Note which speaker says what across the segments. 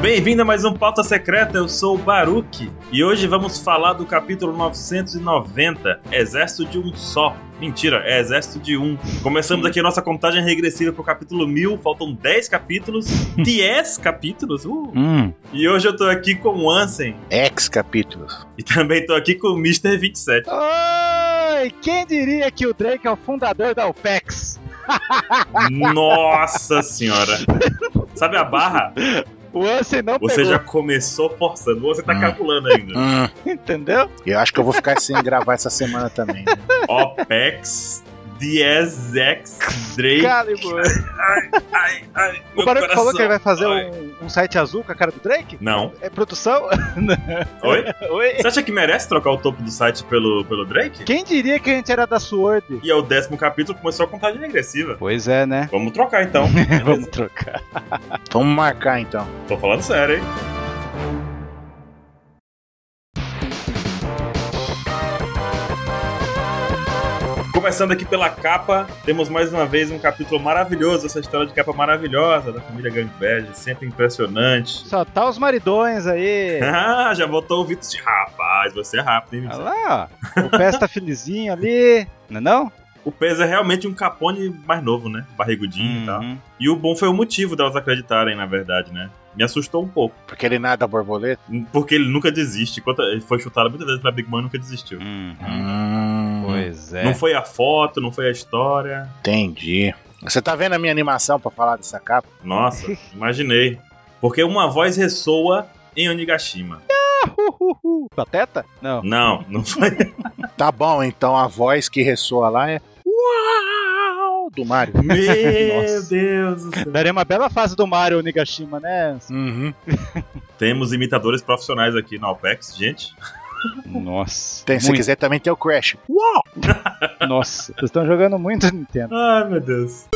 Speaker 1: Bem-vindo a mais um Pauta Secreta, eu sou o Baruque e hoje vamos falar do capítulo 990, Exército de um Só. Mentira, é Exército de Um. Começamos aqui a nossa contagem regressiva pro capítulo 1000, faltam 10 capítulos, 10 capítulos, uh.
Speaker 2: Hum,
Speaker 1: E hoje eu tô aqui com o Ansem
Speaker 3: Ex capítulos.
Speaker 1: e também tô aqui com o Mr. 27.
Speaker 4: Oi! Quem diria que o Drake é o fundador da OPEX?
Speaker 1: Nossa senhora. Sabe a barra?
Speaker 4: O Ansem não
Speaker 1: Você
Speaker 4: pegou,
Speaker 1: já começou forçando, você tá
Speaker 2: Hum.
Speaker 1: calculando ainda.
Speaker 3: Hum,
Speaker 4: entendeu?
Speaker 3: eu acho que eu vou ficar sem gravar essa semana também. né?
Speaker 1: OPEX, DSX, Drake.
Speaker 4: Calibur.
Speaker 1: Ai, ai,
Speaker 4: O
Speaker 1: meu
Speaker 4: Baruch
Speaker 1: coração.
Speaker 4: falou que ele vai fazer
Speaker 1: Ai.
Speaker 4: um, um site azul com a cara do Drake?
Speaker 1: Não.
Speaker 4: É produção?
Speaker 1: Oi?
Speaker 4: Oi?
Speaker 1: Você acha que merece trocar o topo do site pelo, pelo Drake?
Speaker 4: Quem diria que a gente era da Sword?
Speaker 1: E é o décimo capítulo começou a contagem regressiva.
Speaker 4: Pois é, né?
Speaker 1: Vamos trocar então.
Speaker 4: Vamos trocar.
Speaker 3: Vamos marcar então.
Speaker 1: Tô falando sério, hein? Começando aqui pela capa, temos mais uma vez um capítulo maravilhoso, essa história de capa maravilhosa da família Gangbad, sempre impressionante.
Speaker 4: Só tá os maridões aí.
Speaker 1: Ah, já botou o Vitor de rapaz, você é rápido, hein,
Speaker 4: Olha
Speaker 1: Vitor?
Speaker 4: lá, ó. O Pés tá felizinho ali. Não é não?
Speaker 1: O peso é realmente um capone mais novo, né? Barrigudinho e tal. E o bom foi o motivo delas acreditarem, na verdade, né? Me assustou um pouco.
Speaker 3: Porque ele nada borboleta?
Speaker 1: Porque ele nunca desiste. Quanta- Ele foi chutado muitas vezes pela Big Man e nunca desistiu.
Speaker 2: hum, hum.
Speaker 3: Hum,
Speaker 2: Pois é.
Speaker 1: Não foi a foto, não foi a história.
Speaker 3: entendi. Você tá vendo a minha animação pra falar dessa capa?
Speaker 1: Nossa, imaginei. Porque uma voz ressoa em Onigashima.
Speaker 4: Uhuhu. Pateta? Não.
Speaker 1: Não, não foi.
Speaker 3: Tá bom, então a voz que ressoa lá é. Uau! Do Mario.
Speaker 1: Meu
Speaker 3: Nossa.
Speaker 1: Deus do céu.
Speaker 4: Daria uma bela fase do Mario Onigashima, né? Ansem?
Speaker 3: Uhum.
Speaker 1: Temos imitadores profissionais aqui na OPEX, gente.
Speaker 2: Nossa.
Speaker 3: Tem, se
Speaker 2: muito.
Speaker 3: quiser também tem o Crash.
Speaker 4: Nossa, vocês estão jogando muito Nintendo.
Speaker 1: Ai, meu Deus.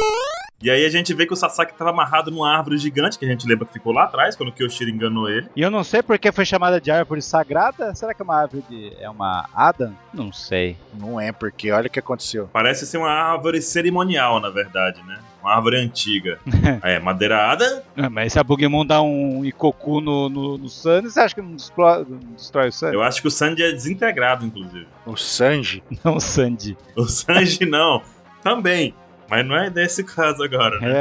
Speaker 1: E aí a gente vê que o Sasaki tava amarrado numa árvore gigante, que a gente lembra que ficou lá atrás, quando o Kyoshiro enganou ele.
Speaker 4: E eu não sei porque foi chamada de árvore sagrada. Será que é uma árvore de. é uma Adam?
Speaker 2: Não sei.
Speaker 3: Não é, porque olha o que aconteceu.
Speaker 1: Parece ser uma árvore cerimonial, na verdade, né? Uma árvore antiga. é, madeirada.
Speaker 2: Ah,
Speaker 4: Mas se a Bugimon dá um Ikoku no, no, no Sunny, você acha que não, desplo- não destrói o Sunny?
Speaker 1: Eu acho que o Sandy é desintegrado, inclusive.
Speaker 3: O Sanji.
Speaker 4: Não, Sandy.
Speaker 1: O Sanji não. Também. Mas não é nesse caso agora, né?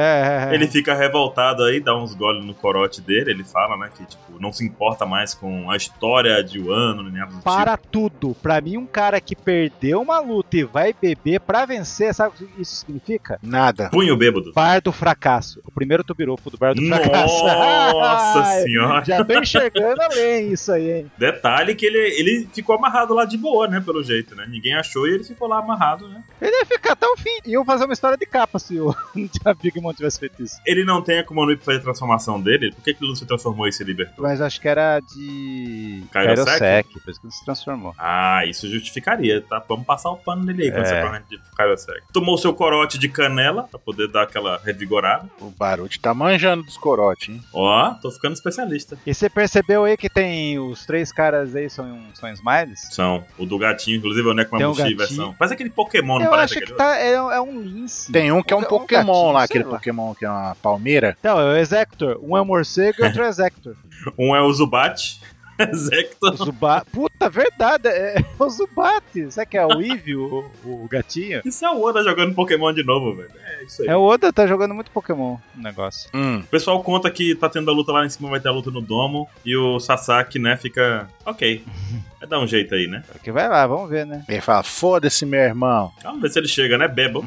Speaker 4: É.
Speaker 1: Ele fica revoltado aí, dá uns goles no corote dele. Ele fala, né, que tipo, não se importa mais com a história de Wano, nem nada do tipo.
Speaker 4: Para tudo. Pra mim, um cara que perdeu uma luta e vai beber pra vencer, sabe o que isso significa?
Speaker 3: Nada.
Speaker 1: tipo. Punho bêbado.
Speaker 4: Bar do fracasso. O primeiro tubirofo do bar do fracasso.
Speaker 1: Nossa
Speaker 4: Ai,
Speaker 1: senhora.
Speaker 4: Já tô enxergando além isso aí, hein?
Speaker 1: Detalhe que ele, ele ficou amarrado lá de boa, né, pelo jeito, né? Ninguém achou e ele ficou lá amarrado, né?
Speaker 4: Ele ia ficar até o fim. E eu fazer uma história de capa se o a Big Mom tivesse feito isso.
Speaker 1: Ele não tem a Akuma no Mi pra fazer a transformação dele. Por que, que ele não se transformou e se libertou?
Speaker 4: Mas acho que era de.
Speaker 1: Kairosek?
Speaker 4: Kairosek, por isso que ele se transformou.
Speaker 1: Ah, isso justificaria, tá? Vamos passar o pano nele aí quando
Speaker 2: É.
Speaker 1: você corrente de Kairosek. Tomou seu corote de canela pra poder dar aquela revigorada.
Speaker 3: O Baruch tá manjando dos corotes, hein?
Speaker 1: Ó, tô ficando especialista.
Speaker 4: E você percebeu aí que tem os três caras aí são, um- são smiles?
Speaker 1: São o do gatinho, inclusive é o Neko
Speaker 4: Tem um
Speaker 1: Mamushi
Speaker 4: gatinho.
Speaker 1: versão. Parece aquele Pokémon, não
Speaker 4: eu
Speaker 1: parece
Speaker 4: acho
Speaker 1: aquele
Speaker 4: que tá, é, é um lince.
Speaker 3: Tem um que é um
Speaker 4: Um
Speaker 3: Pokémon
Speaker 4: gatinho,
Speaker 3: lá,
Speaker 4: sei
Speaker 3: aquele
Speaker 4: lá.
Speaker 3: Pokémon que é uma palmeira.
Speaker 4: Então, é o Exector. Um é o morcego e outro é o Exector.
Speaker 1: outro? Um é o Zubat, é
Speaker 4: O
Speaker 1: Zector.
Speaker 4: Zubat. Puta, verdade. É, é o Zubat. Será que é o Eevee, o, o gatinho?
Speaker 1: Isso é o Oda jogando Pokémon de novo, velho. É isso aí.
Speaker 4: É o Oda, tá jogando muito Pokémon o negócio.
Speaker 3: Hum.
Speaker 1: O pessoal conta que tá tendo a luta lá em cima, vai ter a luta no domo. E o Sasaki, né, fica. Ok. Vai dar um jeito aí, né?
Speaker 4: Porque É vai lá, vamos ver, né?
Speaker 3: Ele fala, foda-se, meu irmão.
Speaker 1: Vamos ver se ele chega, né? Bebo.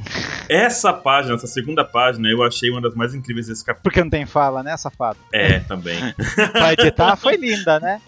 Speaker 1: Essa página, essa segunda página, eu achei uma das mais incríveis desse capítulo.
Speaker 4: Porque não tem fala, né, safado?
Speaker 1: É, também.
Speaker 4: Pra editar foi linda, né?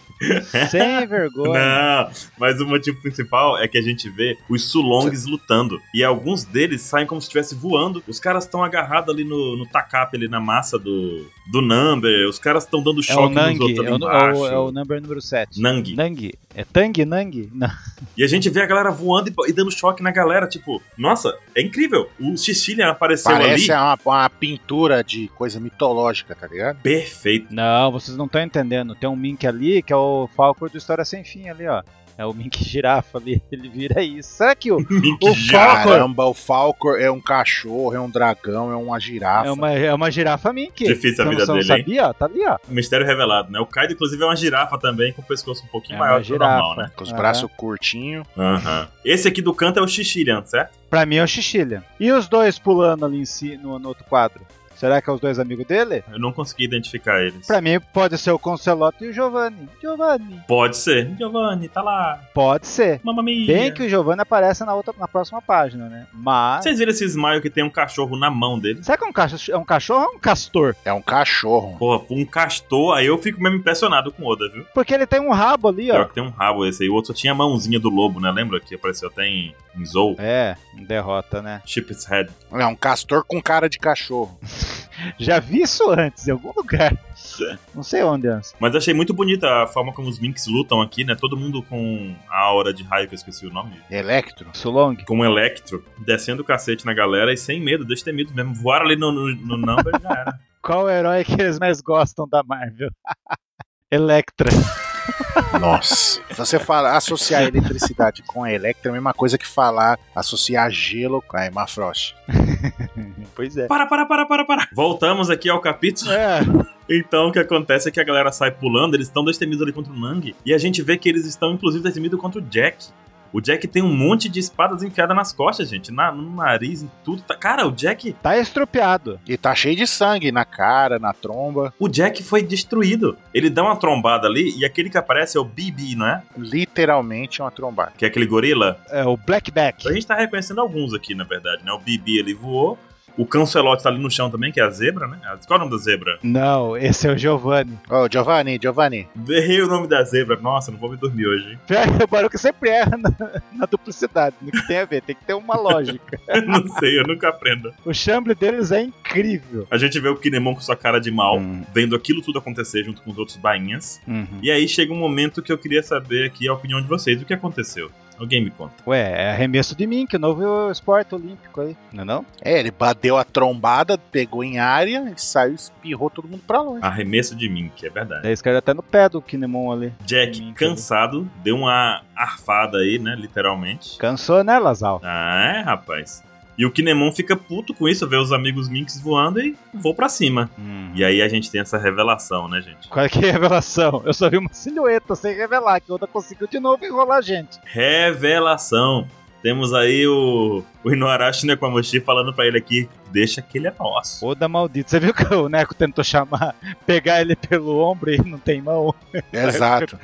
Speaker 4: Sem vergonha.
Speaker 1: Não, mas o motivo principal é que a gente vê os Sulongs lutando. E alguns deles saem como se estivesse voando. Os caras estão agarrados ali no, no tacape, ali na massa do, do Number. Os caras estão dando
Speaker 4: É o
Speaker 1: choque nos
Speaker 4: Nang,
Speaker 1: outros
Speaker 4: é
Speaker 1: ali
Speaker 4: o, é,
Speaker 1: embaixo.
Speaker 4: o, é o number número 7.
Speaker 1: Nang.
Speaker 4: Nang? É Tang? Nang? Não.
Speaker 1: E a gente vê a galera voando e, e dando choque na galera. Tipo, nossa, é incrível. O Sicilian apareceu
Speaker 3: Parece
Speaker 1: ali.
Speaker 3: uma, uma pintura de coisa mitológica, tá ligado?
Speaker 1: Perfeito.
Speaker 4: Não, vocês não estão entendendo. Tem um Mink ali que é o Falcor do História Sem Fim ali, ó. É o Mink Girafa ali. Ele vira isso. Será que o,
Speaker 1: Mink
Speaker 4: O
Speaker 1: Jaffa.
Speaker 3: Caramba, o Falcor é um cachorro, é um dragão, é uma girafa.
Speaker 4: é, uma, é uma girafa Mink?
Speaker 1: Difícil a
Speaker 4: Você
Speaker 1: vida
Speaker 4: não,
Speaker 1: dele,
Speaker 4: você
Speaker 1: hein?
Speaker 4: não sabia? Tá ali, ó.
Speaker 1: Mistério revelado, né? O Kaido, inclusive, é uma girafa também, com o pescoço um pouquinho
Speaker 4: É
Speaker 1: maior
Speaker 4: uma
Speaker 1: que o normal,
Speaker 4: girafa.
Speaker 1: né?
Speaker 3: Com os
Speaker 4: Ah.
Speaker 3: braços curtinhos.
Speaker 1: Aham. Esse aqui do canto é o Xixirian, certo?
Speaker 4: Pra mim é o Xixilha. E os dois pulando ali em si, no, no outro quadro? Será que é os dois amigos dele?
Speaker 1: Eu não consegui identificar eles.
Speaker 4: Pra mim pode ser o Conceloto e o Giovanni. Giovanni.
Speaker 1: Pode ser. Giovanni, tá lá.
Speaker 4: Pode ser.
Speaker 1: Mamma mia.
Speaker 4: Bem que o Giovanni aparece na, outra, na próxima página, né? Mas.
Speaker 1: Vocês viram esse smile que tem um cachorro na mão dele?
Speaker 4: Será que é um, cacho- é um cachorro ou é um castor?
Speaker 3: É um cachorro.
Speaker 1: Porra, um castor, aí eu fico mesmo impressionado com o Oda, viu?
Speaker 4: Porque ele tem um rabo ali,
Speaker 1: Pior
Speaker 4: ó.
Speaker 1: que tem um rabo esse aí. O outro só tinha a mãozinha do lobo, né? Lembra que apareceu até em, em Zou?
Speaker 4: É, derrota, né?
Speaker 1: Chip's Head.
Speaker 3: É um castor com cara de cachorro.
Speaker 4: Já vi isso antes, em algum lugar. Não sei onde antes.
Speaker 1: Mas achei muito bonita a forma como os Minks lutam aqui, né? Todo mundo com a aura de raio, que eu esqueci o nome.
Speaker 3: Electro.
Speaker 4: Sulong.
Speaker 1: Com o Electro, descendo o cacete na galera e sem medo, destemido mesmo. Voaram ali no, no, no number e já era.
Speaker 4: Qual herói que eles mais gostam da Marvel? Electra.
Speaker 3: Nossa. Se você fala associar eletricidade com a Electra é a mesma coisa que falar associar gelo com a Emma Frost.
Speaker 4: pois é.
Speaker 1: Para, para, para, para, para. Voltamos aqui ao capítulo.
Speaker 4: É,
Speaker 1: Então o que acontece é que a galera sai pulando, eles estão destemidos ali contra o Nang. E a gente vê que eles estão, inclusive, destemidos contra o Jack. O Jack tem um monte de espadas enfiadas nas costas, gente. Na, no nariz, em tudo. Tá- Cara, o Jack.
Speaker 4: tá estropiado.
Speaker 3: E tá cheio de sangue na cara, na tromba.
Speaker 1: O Jack foi destruído. Ele dá uma trombada ali e aquele que aparece é o BB, não é?
Speaker 3: Literalmente uma trombada.
Speaker 1: Que é aquele gorila.
Speaker 4: É o Blackback.
Speaker 1: A gente tá reconhecendo alguns aqui, na verdade, né? O BB ele voou. O Cancelote tá ali no chão também, que é a zebra, né? Qual é o nome da zebra?
Speaker 4: Não, esse é o Giovanni.
Speaker 3: Ô, Giovanni, Giovanni.
Speaker 1: Errei o nome da zebra. Nossa, não vou me dormir hoje, hein?
Speaker 4: O barulho que é, sempre erra na, na duplicidade. No que tem a ver, tem que ter uma lógica.
Speaker 1: não sei, eu nunca aprendo.
Speaker 4: O chambre deles é incrível.
Speaker 1: A gente vê o Kinemon com sua cara de mal,
Speaker 2: Hum.
Speaker 1: vendo aquilo tudo acontecer junto com os outros bainhas.
Speaker 2: Uhum.
Speaker 1: E aí chega um momento que eu queria saber aqui a opinião de vocês. O que aconteceu? Alguém me conta.
Speaker 4: Ué, é arremesso de mim, que o novo esporte olímpico aí. Não é não?
Speaker 3: É, ele bateu a trombada, pegou em área e saiu, espirrou todo mundo pra longe.
Speaker 1: Arremesso de mim, que é verdade.
Speaker 4: Daí esse cara tá no pé do Kinemon ali.
Speaker 1: Jack,
Speaker 4: Mim,
Speaker 1: cansado, deu uma arfada aí, né? Literalmente.
Speaker 4: Cansou, né, Lazal?
Speaker 1: Ah, é, rapaz. E o Kinemon fica puto com isso, vê os amigos Minks voando e vou pra cima.
Speaker 2: Hum.
Speaker 1: E aí a gente tem essa revelação, né, gente?
Speaker 4: Qual é que é a revelação? Eu só vi uma silhueta sem revelar, que o Oda conseguiu de novo enrolar a gente.
Speaker 1: Revelação! Temos aí o, o Inuarashi Nekomamushi falando pra ele aqui, deixa que ele é nosso.
Speaker 4: Oda maldito. Você viu que o Neco tentou chamar, pegar ele pelo ombro e não tem mão?
Speaker 3: Exato.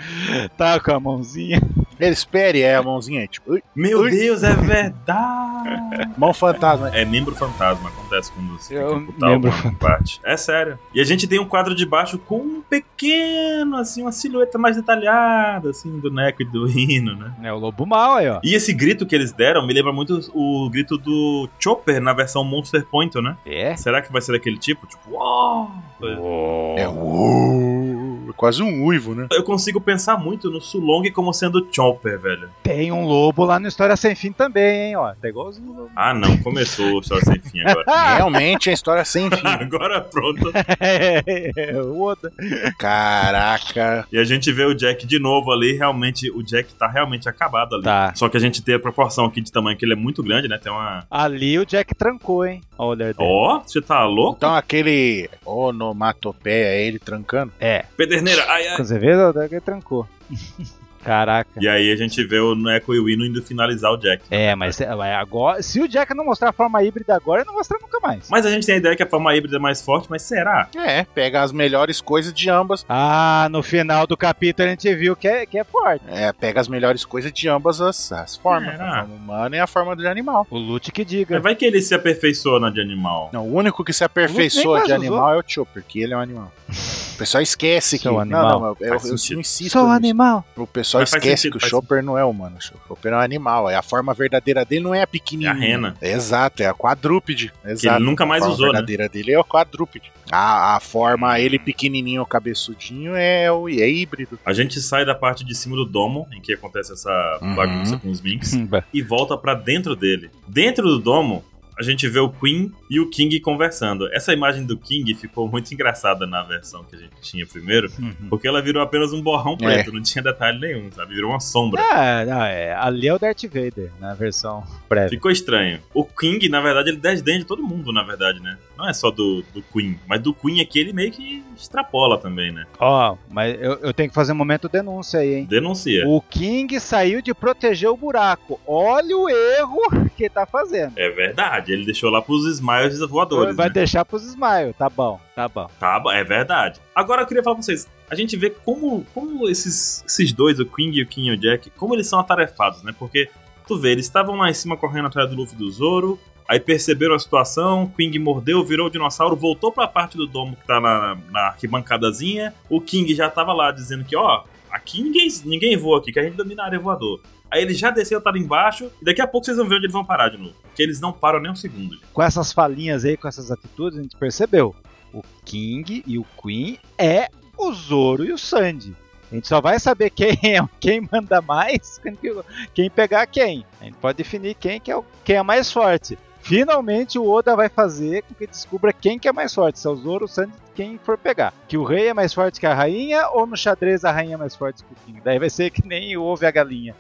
Speaker 4: Tá com a mãozinha.
Speaker 3: Ele espere, é a mãozinha, é tipo, ui,
Speaker 1: Meu
Speaker 3: Ui.
Speaker 1: Deus, é verdade!
Speaker 3: mão fantasma.
Speaker 1: é membro fantasma, acontece quando você
Speaker 4: Eu-
Speaker 1: tem que amputar
Speaker 4: membro
Speaker 1: alguma parte. É sério. E a gente tem um quadro de baixo com um pequeno, assim, uma silhueta mais detalhada, assim, do Neko e do Hino, né?
Speaker 4: É o lobo mal aí, ó.
Speaker 1: E esse grito que eles deram me lembra muito o grito do Chopper na versão Monster Point, né?
Speaker 2: É?
Speaker 1: Será que vai ser daquele tipo? Tipo, uau!
Speaker 2: Uou.
Speaker 3: É uou, quase um uivo, né?
Speaker 1: Eu consigo pensar muito no Sulong como sendo Chopper, velho.
Speaker 4: Tem um lobo lá no História Sem Fim também, hein, ó. Tá igualzinho o lobo.
Speaker 1: Ah, não, começou o História Sem Fim agora.
Speaker 3: Realmente é história sem fim.
Speaker 1: agora pronto.
Speaker 4: É, o Oda.
Speaker 3: Caraca.
Speaker 1: E a gente vê o Jack de novo ali, realmente, o Jack tá realmente acabado ali.
Speaker 4: Tá.
Speaker 1: Só que a gente tem a proporção aqui de tamanho que ele é muito grande, né? Tem uma...
Speaker 4: Ali o Jack trancou, hein. Olha o olhar dele.
Speaker 1: Ó, você tá louco?
Speaker 3: Então aquele onomatopeia, é ele trancando.
Speaker 4: É,
Speaker 1: Pederneira, ai, ai.
Speaker 4: quando você vê, o Jack trancou. Caraca.
Speaker 1: E aí a gente vê o Neko e o Ino indo finalizar o Jack.
Speaker 4: É, mas é, mas agora, se o Jack não mostrar a forma híbrida agora, ele não mostra nunca mais.
Speaker 1: Mas a gente tem a ideia que a forma híbrida é mais forte, mas será?
Speaker 3: É, pega as melhores coisas de ambas.
Speaker 4: Ah, no final do capítulo a gente viu que é, que é forte.
Speaker 3: É, pega as melhores coisas de ambas as, as formas.
Speaker 1: Será?
Speaker 3: A forma humana e a forma do animal.
Speaker 4: O Lute que
Speaker 1: Mas
Speaker 3: É.
Speaker 4: diga.
Speaker 1: Vai que ele se aperfeiçoa na de animal.
Speaker 3: Não, o único que se aperfeiçoa
Speaker 4: Nem
Speaker 3: de
Speaker 4: quase
Speaker 3: animal é o Chopper, que ele é um animal. O pessoal esquece que.
Speaker 4: Seu animal.
Speaker 3: Não, não, eu, eu,
Speaker 1: é um Faz
Speaker 3: eu
Speaker 1: sentido.
Speaker 3: insisto.
Speaker 4: Sou um
Speaker 3: nisso.
Speaker 4: animal.
Speaker 3: O pessoal
Speaker 1: Mas faz
Speaker 3: esquece
Speaker 1: sentido,
Speaker 3: que o
Speaker 1: faz
Speaker 3: Chopper não é humano. O Chopper é um animal. É a forma verdadeira dele não é a pequenininha.
Speaker 1: É a rena.
Speaker 3: Exato, é a quadrúpede.
Speaker 1: Que
Speaker 3: Exato.
Speaker 1: ele nunca mais
Speaker 3: a forma
Speaker 1: usou, né?
Speaker 3: verdadeira dele é o quadrúpede. A, a forma ele pequenininho, cabeçudinho é o é híbrido.
Speaker 1: A gente sai da parte de cima do domo, em que acontece essa
Speaker 3: Uhum.
Speaker 1: bagunça com os minks, e volta pra dentro dele. Dentro do domo a gente vê o Queen e o King conversando. Essa imagem do King ficou muito engraçada na versão que a gente tinha primeiro, porque ela virou apenas um
Speaker 3: É.
Speaker 1: borrão preto, não tinha detalhe nenhum, sabe? Virou uma sombra.
Speaker 4: Ah, não, é. Ali é o Darth Vader, na versão prévia.
Speaker 1: Ficou estranho. O King, na verdade, ele desdenha de todo mundo, na verdade, né? Não é só do, do Queen, mas do Queen aqui ele meio que extrapola também, né?
Speaker 4: Ó, mas eu, eu tenho que fazer um momento denúncia aí, hein?
Speaker 1: Denuncia.
Speaker 4: O King saiu de proteger o buraco. Olha o erro que tá fazendo.
Speaker 1: É verdade, ele deixou lá pros Smiles voadores,
Speaker 4: Vai
Speaker 1: né?
Speaker 4: deixar pros Smile. Tá bom, tá bom.
Speaker 1: Tá, bom, é verdade. Agora eu queria falar pra vocês, a gente vê como, como esses, esses dois, o King e o King e o Jack, como eles são atarefados, né? Porque, tu vê, eles estavam lá em cima correndo atrás do Luffy e do Zoro, aí perceberam a situação, o King mordeu, virou o dinossauro, voltou pra parte do domo que tá na, na arquibancadazinha, o King já tava lá dizendo que, ó, aqui ninguém, ninguém voa aqui, que a gente domina a área voador. Aí ele já desceu, tá lá embaixo, e daqui a pouco vocês vão ver onde eles vão parar de novo. Porque eles não param nem um segundo.
Speaker 4: Com essas falinhas aí, com essas atitudes, a gente percebeu. O King e o Queen é o Zoro e o Sandy. A gente só vai saber quem é quem manda mais, quem- quem pegar quem. A gente pode definir quem que é o, quem é mais forte. Finalmente o Oda vai fazer com que descubra quem que é mais forte, se é o Zoro, o Sandy, quem for pegar. Que o rei é mais forte que a rainha ou no xadrez a rainha é mais forte que o King. Daí vai ser que nem o ovo e a galinha.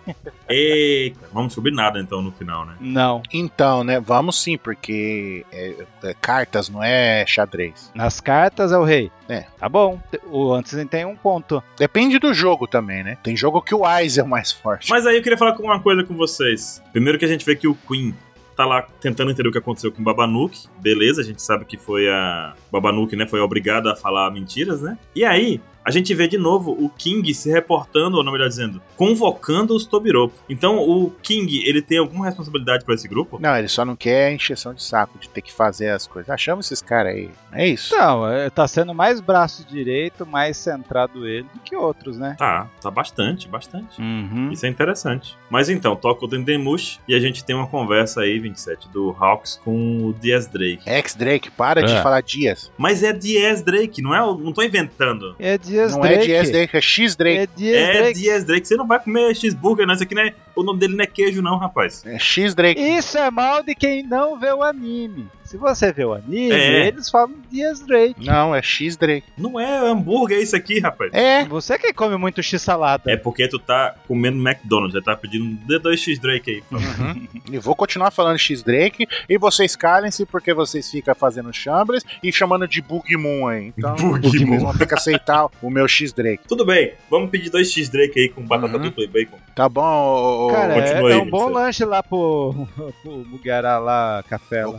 Speaker 1: Eita, vamos subir nada então no final, né?
Speaker 4: Não,
Speaker 3: Então, né? Vamos sim, porque é- é cartas não é xadrez.
Speaker 4: nas cartas é o rei.
Speaker 3: É.
Speaker 4: Tá bom. O antes tem um ponto.
Speaker 3: Depende do jogo também, né? Tem jogo que o Ice é o mais forte.
Speaker 1: Mas aí eu queria falar com uma coisa com vocês. Primeiro que a gente vê que o Queen tá lá tentando entender o que aconteceu com o Babanuke. Beleza, a gente sabe que foi a. o Babanuke, né? Foi obrigado a falar mentiras, né? E aí. A gente vê de novo o King se reportando, ou não, melhor dizendo, convocando os Tobiropo. Então, o King, ele tem alguma responsabilidade pra esse grupo?
Speaker 3: Não, ele só não quer encheção de saco de ter que fazer as coisas. Ah, chama esses caras aí. Não É isso.
Speaker 4: Não, é, tá sendo mais braço direito, mais centrado ele do que outros, né?
Speaker 1: Tá, tá bastante, bastante.
Speaker 2: Uhum.
Speaker 1: Isso é interessante. Mas então, toca o Dendemush e a gente tem uma conversa aí, 27, do Hawks com o Dias Drake.
Speaker 3: Ex-Drake, para de
Speaker 2: É.
Speaker 3: falar Dias.
Speaker 1: Mas é Dias Drake, não é? o- Não tô inventando.
Speaker 4: É Dias
Speaker 3: não
Speaker 4: Drake.
Speaker 3: é Dias Drake, é X-Drake.
Speaker 4: É Dias
Speaker 1: é
Speaker 4: Drake.
Speaker 1: Dias Drake. Você não vai comer cheeseburger, não. Isso aqui não é... O nome dele não é queijo, não, rapaz.
Speaker 3: É X-Drake.
Speaker 4: Isso é mal de quem não vê o anime. Se você vê o anime,
Speaker 1: É.
Speaker 4: eles falam Dias Drake.
Speaker 3: Não, é X-Drake.
Speaker 1: Não é hambúrguer isso aqui, rapaz.
Speaker 3: É.
Speaker 4: Você que come muito x-salada.
Speaker 1: É porque tu tá comendo McDonald's, já tá pedindo um D2X Drake aí. por favor.
Speaker 3: E vou continuar falando X-Drake. E vocês calem-se porque vocês ficam fazendo chambres e chamando de Bug Moon aí. Então,
Speaker 1: Bug
Speaker 3: vocês
Speaker 4: né?
Speaker 1: Moon.
Speaker 3: vão ter que aceitar o meu X-Drake.
Speaker 1: Tudo bem, vamos pedir 2X Drake aí com batata
Speaker 3: Uhum.
Speaker 1: dupla e bacon.
Speaker 3: Tá bom, ô, ô,
Speaker 4: Cara, é,
Speaker 1: Continua aí,
Speaker 4: é um bom
Speaker 1: Vinícius.
Speaker 4: lanche lá pro, pro Mugiará lá, café
Speaker 3: o
Speaker 4: lá.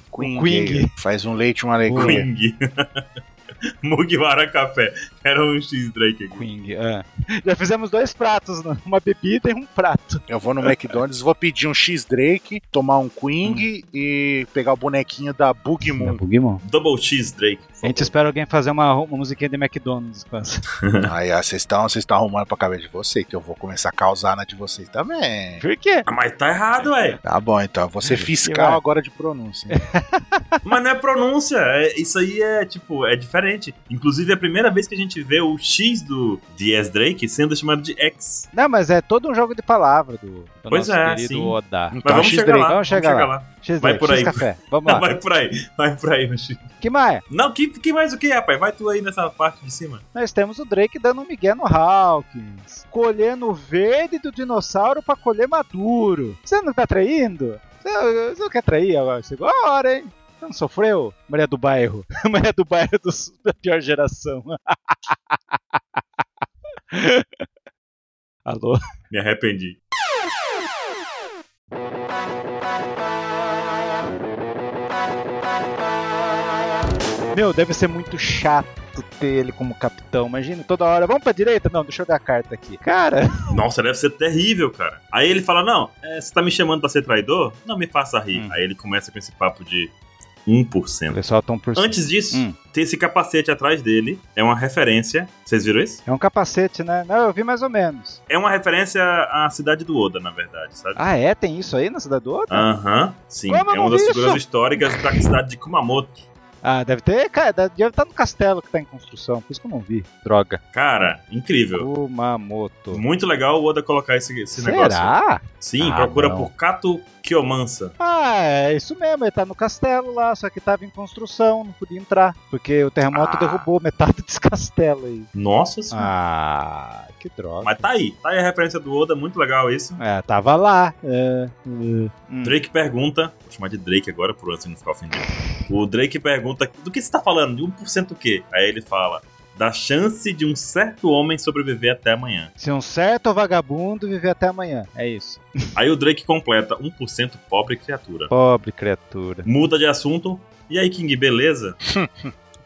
Speaker 4: é. Quing.
Speaker 3: Faz um leite, uma alegria.
Speaker 1: Quing. Mugiwara Café. Era um X Drake aqui.
Speaker 4: Queen, é. Já fizemos dois pratos, né? uma bebida e um prato.
Speaker 3: Eu vou no McDonald's, vou pedir um X-Drake, tomar um Quing
Speaker 1: Hum.
Speaker 3: e pegar o bonequinho da Bug Moon.
Speaker 1: Double X Drake. por
Speaker 4: A gente
Speaker 1: favor.
Speaker 4: espera alguém fazer uma, uma musiquinha de McDonald's com essa.
Speaker 3: Aí, ó, vocês estão vocês estão arrumando pra cabeça de vocês, que eu vou começar a causar na de vocês também.
Speaker 4: Por quê?
Speaker 1: Ah, mas tá errado, ué.
Speaker 3: Tá bom, então. Eu vou ser fiscal
Speaker 4: vai.
Speaker 3: agora de pronúncia.
Speaker 1: Mas não é pronúncia. é- isso aí é, tipo, é diferente. Inclusive, é a primeira vez que a gente vê o X do Dias Drake sendo chamado de X.
Speaker 4: Não, mas é todo um jogo de palavra do, do
Speaker 1: Pois
Speaker 4: nosso
Speaker 1: é,
Speaker 4: querido
Speaker 1: sim.
Speaker 4: Oda.
Speaker 1: Mas
Speaker 3: Então,
Speaker 1: vamos chegar
Speaker 3: X-Drake.
Speaker 1: lá,
Speaker 4: vamos
Speaker 1: vamos
Speaker 4: chegar
Speaker 1: chegar lá.
Speaker 4: X
Speaker 1: Vai por aí.
Speaker 4: café. Vamos lá.
Speaker 1: Vai por aí, vai por aí, meu Chico.
Speaker 4: Que mais?
Speaker 1: Não, que, que mais o que, rapaz? Vai tu aí nessa parte de cima.
Speaker 4: Nós temos o Drake dando um migué no Hawkins. Colhendo o verde do dinossauro pra colher maduro. Você não tá traindo? Você, você não quer trair agora? Chegou a hora, hein? Você não sofreu? Maria do bairro. Maria do bairro dos- da pior geração. Alô?
Speaker 1: Me arrependi.
Speaker 4: Meu, deve ser muito chato ter ele como capitão. Imagina, toda hora. Vamos pra direita? Não, deixa eu dar a carta aqui. Cara,
Speaker 1: Nossa, deve ser terrível, cara. Aí ele fala: Não, é, você tá me chamando pra ser traidor? Não me faça rir.
Speaker 2: Hum.
Speaker 1: Aí ele começa com esse papo de 1%.
Speaker 4: pessoal tão por
Speaker 1: Antes disso,
Speaker 2: Hum.
Speaker 1: tem esse capacete atrás dele. É uma referência. Vocês viram isso?
Speaker 4: É um capacete, né? Não, eu vi mais ou menos.
Speaker 1: É uma referência à cidade do Oda, na verdade, sabe?
Speaker 4: Ah, é? Tem isso aí na cidade do outro?
Speaker 1: Aham, sim.
Speaker 4: Como eu
Speaker 1: É uma
Speaker 4: não
Speaker 1: das
Speaker 4: vi
Speaker 1: figuras
Speaker 4: isso?
Speaker 1: históricas da cidade de Kumamoto.
Speaker 4: Ah, deve ter. Cara, deve estar no castelo que tá em construção, por isso que eu não vi. Droga.
Speaker 1: Cara, incrível.
Speaker 4: Kumamoto.
Speaker 1: Muito legal o Oda colocar esse, esse negócio.
Speaker 4: Será?
Speaker 1: Sim,
Speaker 2: Ah,
Speaker 1: procura
Speaker 2: não.
Speaker 1: por Kato Kiomansa.
Speaker 4: Ah, é isso mesmo, ele tá no castelo lá, só que tava em construção, não podia entrar. Porque o terremoto
Speaker 3: Ah.
Speaker 4: derrubou metade desse castelo aí.
Speaker 1: Nossa senhora.
Speaker 4: Ah, que droga.
Speaker 1: Mas tá aí, tá aí a referência do Oda, muito legal isso.
Speaker 4: É, tava lá. É, é. Hum.
Speaker 1: Drake pergunta. Vou chamar de Drake agora pro Anthony não ficar ofendido. O Drake pergunta: do que você tá falando? De 1% o quê? Aí ele fala: da chance de um certo homem sobreviver até amanhã.
Speaker 4: Se um certo vagabundo viver até amanhã. É isso.
Speaker 1: Aí o Drake completa: 1% pobre criatura.
Speaker 4: Pobre criatura.
Speaker 1: Muda de assunto. E aí, King, beleza?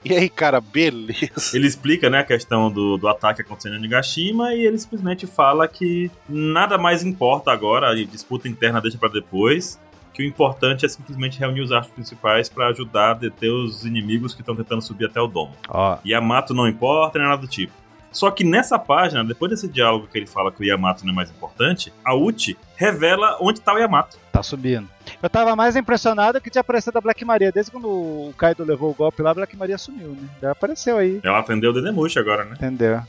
Speaker 3: E aí, cara, beleza.
Speaker 1: Ele explica né, a questão do, do ataque acontecendo em Nagashima e ele simplesmente fala que nada mais importa agora, a disputa interna deixa pra depois, que o importante é simplesmente reunir os astros principais pra ajudar a deter os inimigos que estão tentando subir até o domo.
Speaker 4: Ó,
Speaker 1: Yamato não importa, nem nada do tipo. Só que nessa página, depois desse diálogo que ele fala que o Yamato não é mais importante, a Uchi revela onde tá o Yamato.
Speaker 4: tá subindo. Eu tava mais impressionado que tinha aparecido a Black Maria. Desde quando o Kaido levou o golpe lá, a Black Maria sumiu, né? Já apareceu aí.
Speaker 1: Ela atendeu o Dedemushi agora, né?
Speaker 4: Entendeu? É,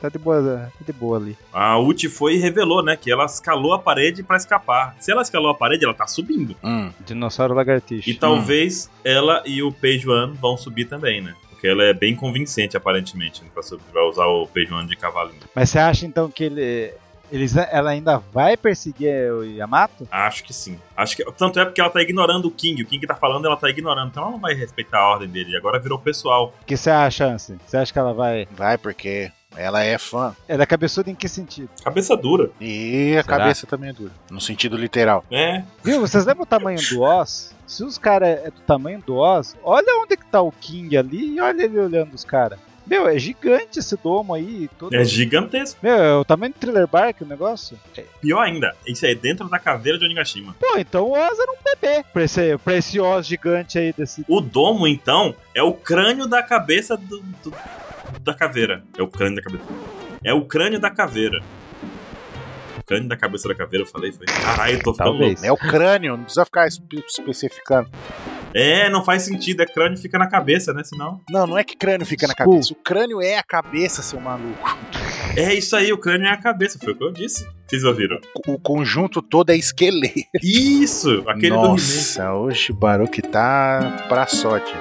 Speaker 4: Tá de boa, tá de boa ali.
Speaker 1: A Uchi foi e revelou, né, que ela escalou a parede pra escapar. Se ela escalou a parede, ela tá subindo.
Speaker 3: Hum.
Speaker 4: Dinossauro lagartixa.
Speaker 1: E tá- talvez ela e o Peijuan vão subir também, né? Porque ela é bem convincente, aparentemente, né, pra, subir, pra usar o Peijuan de cavalinho.
Speaker 4: Mas você acha então que ele, eles, ela ainda vai perseguir o Yamato?
Speaker 1: Acho que sim. Acho que tanto é porque ela tá ignorando o King. O King tá falando, ela tá ignorando. Então ela não vai respeitar a ordem dele. Agora virou pessoal.
Speaker 4: O que você acha, Ansem? Você acha que ela vai.
Speaker 3: Vai, porque ela é fã.
Speaker 4: Ela é cabeçuda em que sentido?
Speaker 1: Cabeça dura.
Speaker 3: E a
Speaker 2: Será?
Speaker 3: cabeça também é dura. No sentido literal.
Speaker 1: É,
Speaker 4: Viu? Vocês lembram o tamanho do Oz? Se os caras é do tamanho do Oz, olha onde que tá o King ali e olha ele olhando os caras. Meu, é gigante esse domo aí. Todo...
Speaker 1: é gigantesco.
Speaker 4: Meu, é o tamanho do Thriller Bark o negócio. É.
Speaker 1: Pior ainda, isso aí é dentro da caveira de Onigashima.
Speaker 4: Pô, então o Oz era um bebê pra esse, pra esse Oz gigante aí desse.
Speaker 1: O domo, então, é o crânio da cabeça do, do- da caveira. É o crânio da cabeça. É o crânio da caveira. O crânio da cabeça da caveira, eu falei, foi. Caralho, eu tô ficando
Speaker 4: Talvez.
Speaker 1: Tá louco.
Speaker 3: É o crânio, não precisa ficar espe- especificando.
Speaker 1: É, não faz sentido, é crânio fica na cabeça, né? Senão.
Speaker 3: Não, não é que crânio fica na
Speaker 4: Skull.
Speaker 3: cabeça. O crânio é a cabeça, seu maluco.
Speaker 1: É isso aí, o crânio é a cabeça, foi o que eu disse. Vocês ouviram?
Speaker 3: O o conjunto todo é esqueleto.
Speaker 1: Isso! Aquele do He-Man.
Speaker 3: Nossa, hoje o Baruque tá pra sorte.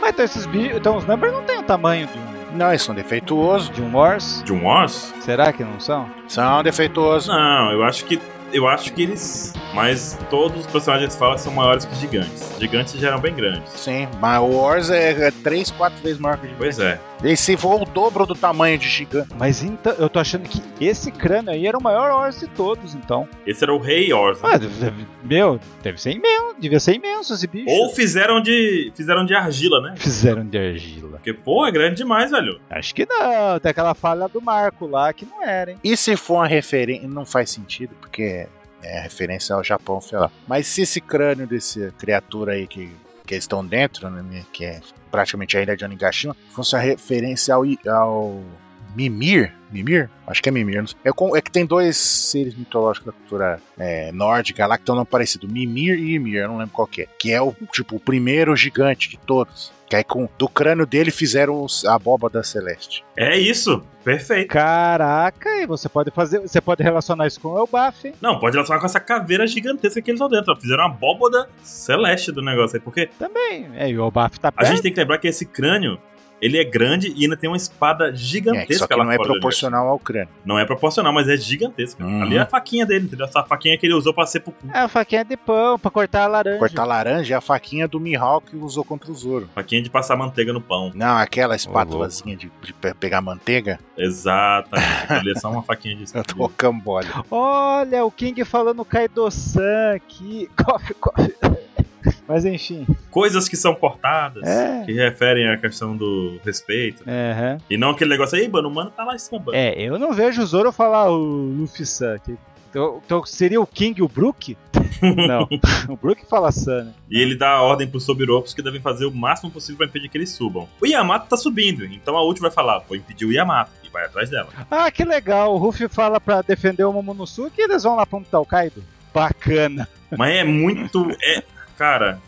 Speaker 4: Mas então esses bichos. Então os Numbers não tem o tamanho de um,
Speaker 3: Não, eles são defeituosos.
Speaker 4: de um Oz?
Speaker 1: De um osso?
Speaker 4: Será que não são?
Speaker 3: São defeituosos.
Speaker 1: Não, eu acho que. Eu acho que eles. Mas todos os personagens falam são maiores que gigantes. Gigantes já eram bem grandes.
Speaker 3: Sim, mas o Ors é 3, 4 vezes maior que o gigante.
Speaker 1: Pois é.
Speaker 3: E se for o dobro do tamanho de gigante.
Speaker 4: Mas então, eu tô achando que esse crânio aí era o maior Oz de todos, então.
Speaker 1: Esse era o Rei né? Orson.
Speaker 4: Ah, deve- deve- meu, deve ser imenso, devia ser imenso esse bicho.
Speaker 1: Ou fizeram de. fizeram de argila, né?
Speaker 4: Fizeram de argila.
Speaker 1: Porque, pô, é grande demais, velho.
Speaker 4: Acho que não, tem aquela falha do Marco lá que não era, hein?
Speaker 3: E se for uma referência. Não faz sentido, porque é referência ao Japão, sei lá. Mas se esse crânio desse criatura aí que, que eles estão dentro, né, que é praticamente a ilha de Onigashima, fosse uma referência ao, i- ao Mimir. Mimir? Acho que é Mimir. Não sei. É, com- é que tem dois seres mitológicos da cultura é, nórdica lá que estão parecidos. Mimir e Ymir, eu não lembro qual que é. Que é o, tipo, o primeiro gigante de todos. Que aí com, do crânio dele fizeram os- a abóbada celeste.
Speaker 1: É isso. Perfeito.
Speaker 4: Caraca, e você pode fazer, você pode relacionar isso com o Elbaf, hein?
Speaker 1: Não, pode relacionar com essa caveira gigantesca que eles estão dentro. ó. Fizeram uma abóboda celeste do negócio aí. Porque
Speaker 4: Também. É, e o Elbaf tá
Speaker 1: a
Speaker 4: perto.
Speaker 1: gente tem que lembrar que esse crânio. Ele é grande e ainda tem uma espada
Speaker 3: É, que
Speaker 1: gigantesca
Speaker 3: só que
Speaker 1: lá
Speaker 3: não é
Speaker 1: fora do
Speaker 3: proporcional ao crânio.
Speaker 1: universo. Não é proporcional, mas é gigantesca.
Speaker 3: Uhum.
Speaker 1: Ali é a faquinha dele, entendeu? Essa faquinha que ele usou pra ser pro cu.
Speaker 4: É a faquinha de pão pra cortar a laranja.
Speaker 3: Cortar laranja é a faquinha do Mihawk que usou contra o Zoro.
Speaker 1: Faquinha de passar manteiga no pão.
Speaker 3: Não, aquela espátulazinha de, de pe- pegar manteiga
Speaker 1: Exatamente. Ali é só uma faquinha de.
Speaker 3: é do cambole.
Speaker 4: Olha, o King falando Kaido-san aqui. Coffee, coffee. Mas enfim.
Speaker 1: Coisas que são cortadas.
Speaker 4: É.
Speaker 1: que referem à questão do respeito.
Speaker 4: Aham.
Speaker 1: E não aquele negócio aí, mano, o mano tá lá em cima, mano.
Speaker 4: É, eu não vejo o Zoro falar o Luffy Sun aqui. Então, então seria o King e o Brook? Não. o Brook fala Sun, né?
Speaker 1: E ele dá a ordem pros Sobiropos que devem fazer o máximo possível pra impedir que eles subam. O Yamato tá subindo, então a última vai falar, vou impedir o Yamato, e vai atrás dela.
Speaker 4: Ah, que legal. O Ruffy fala pra defender o Momonosuke e eles vão lá pra onde tá o Kaido. Bacana.
Speaker 1: Mas é muito. É, cara,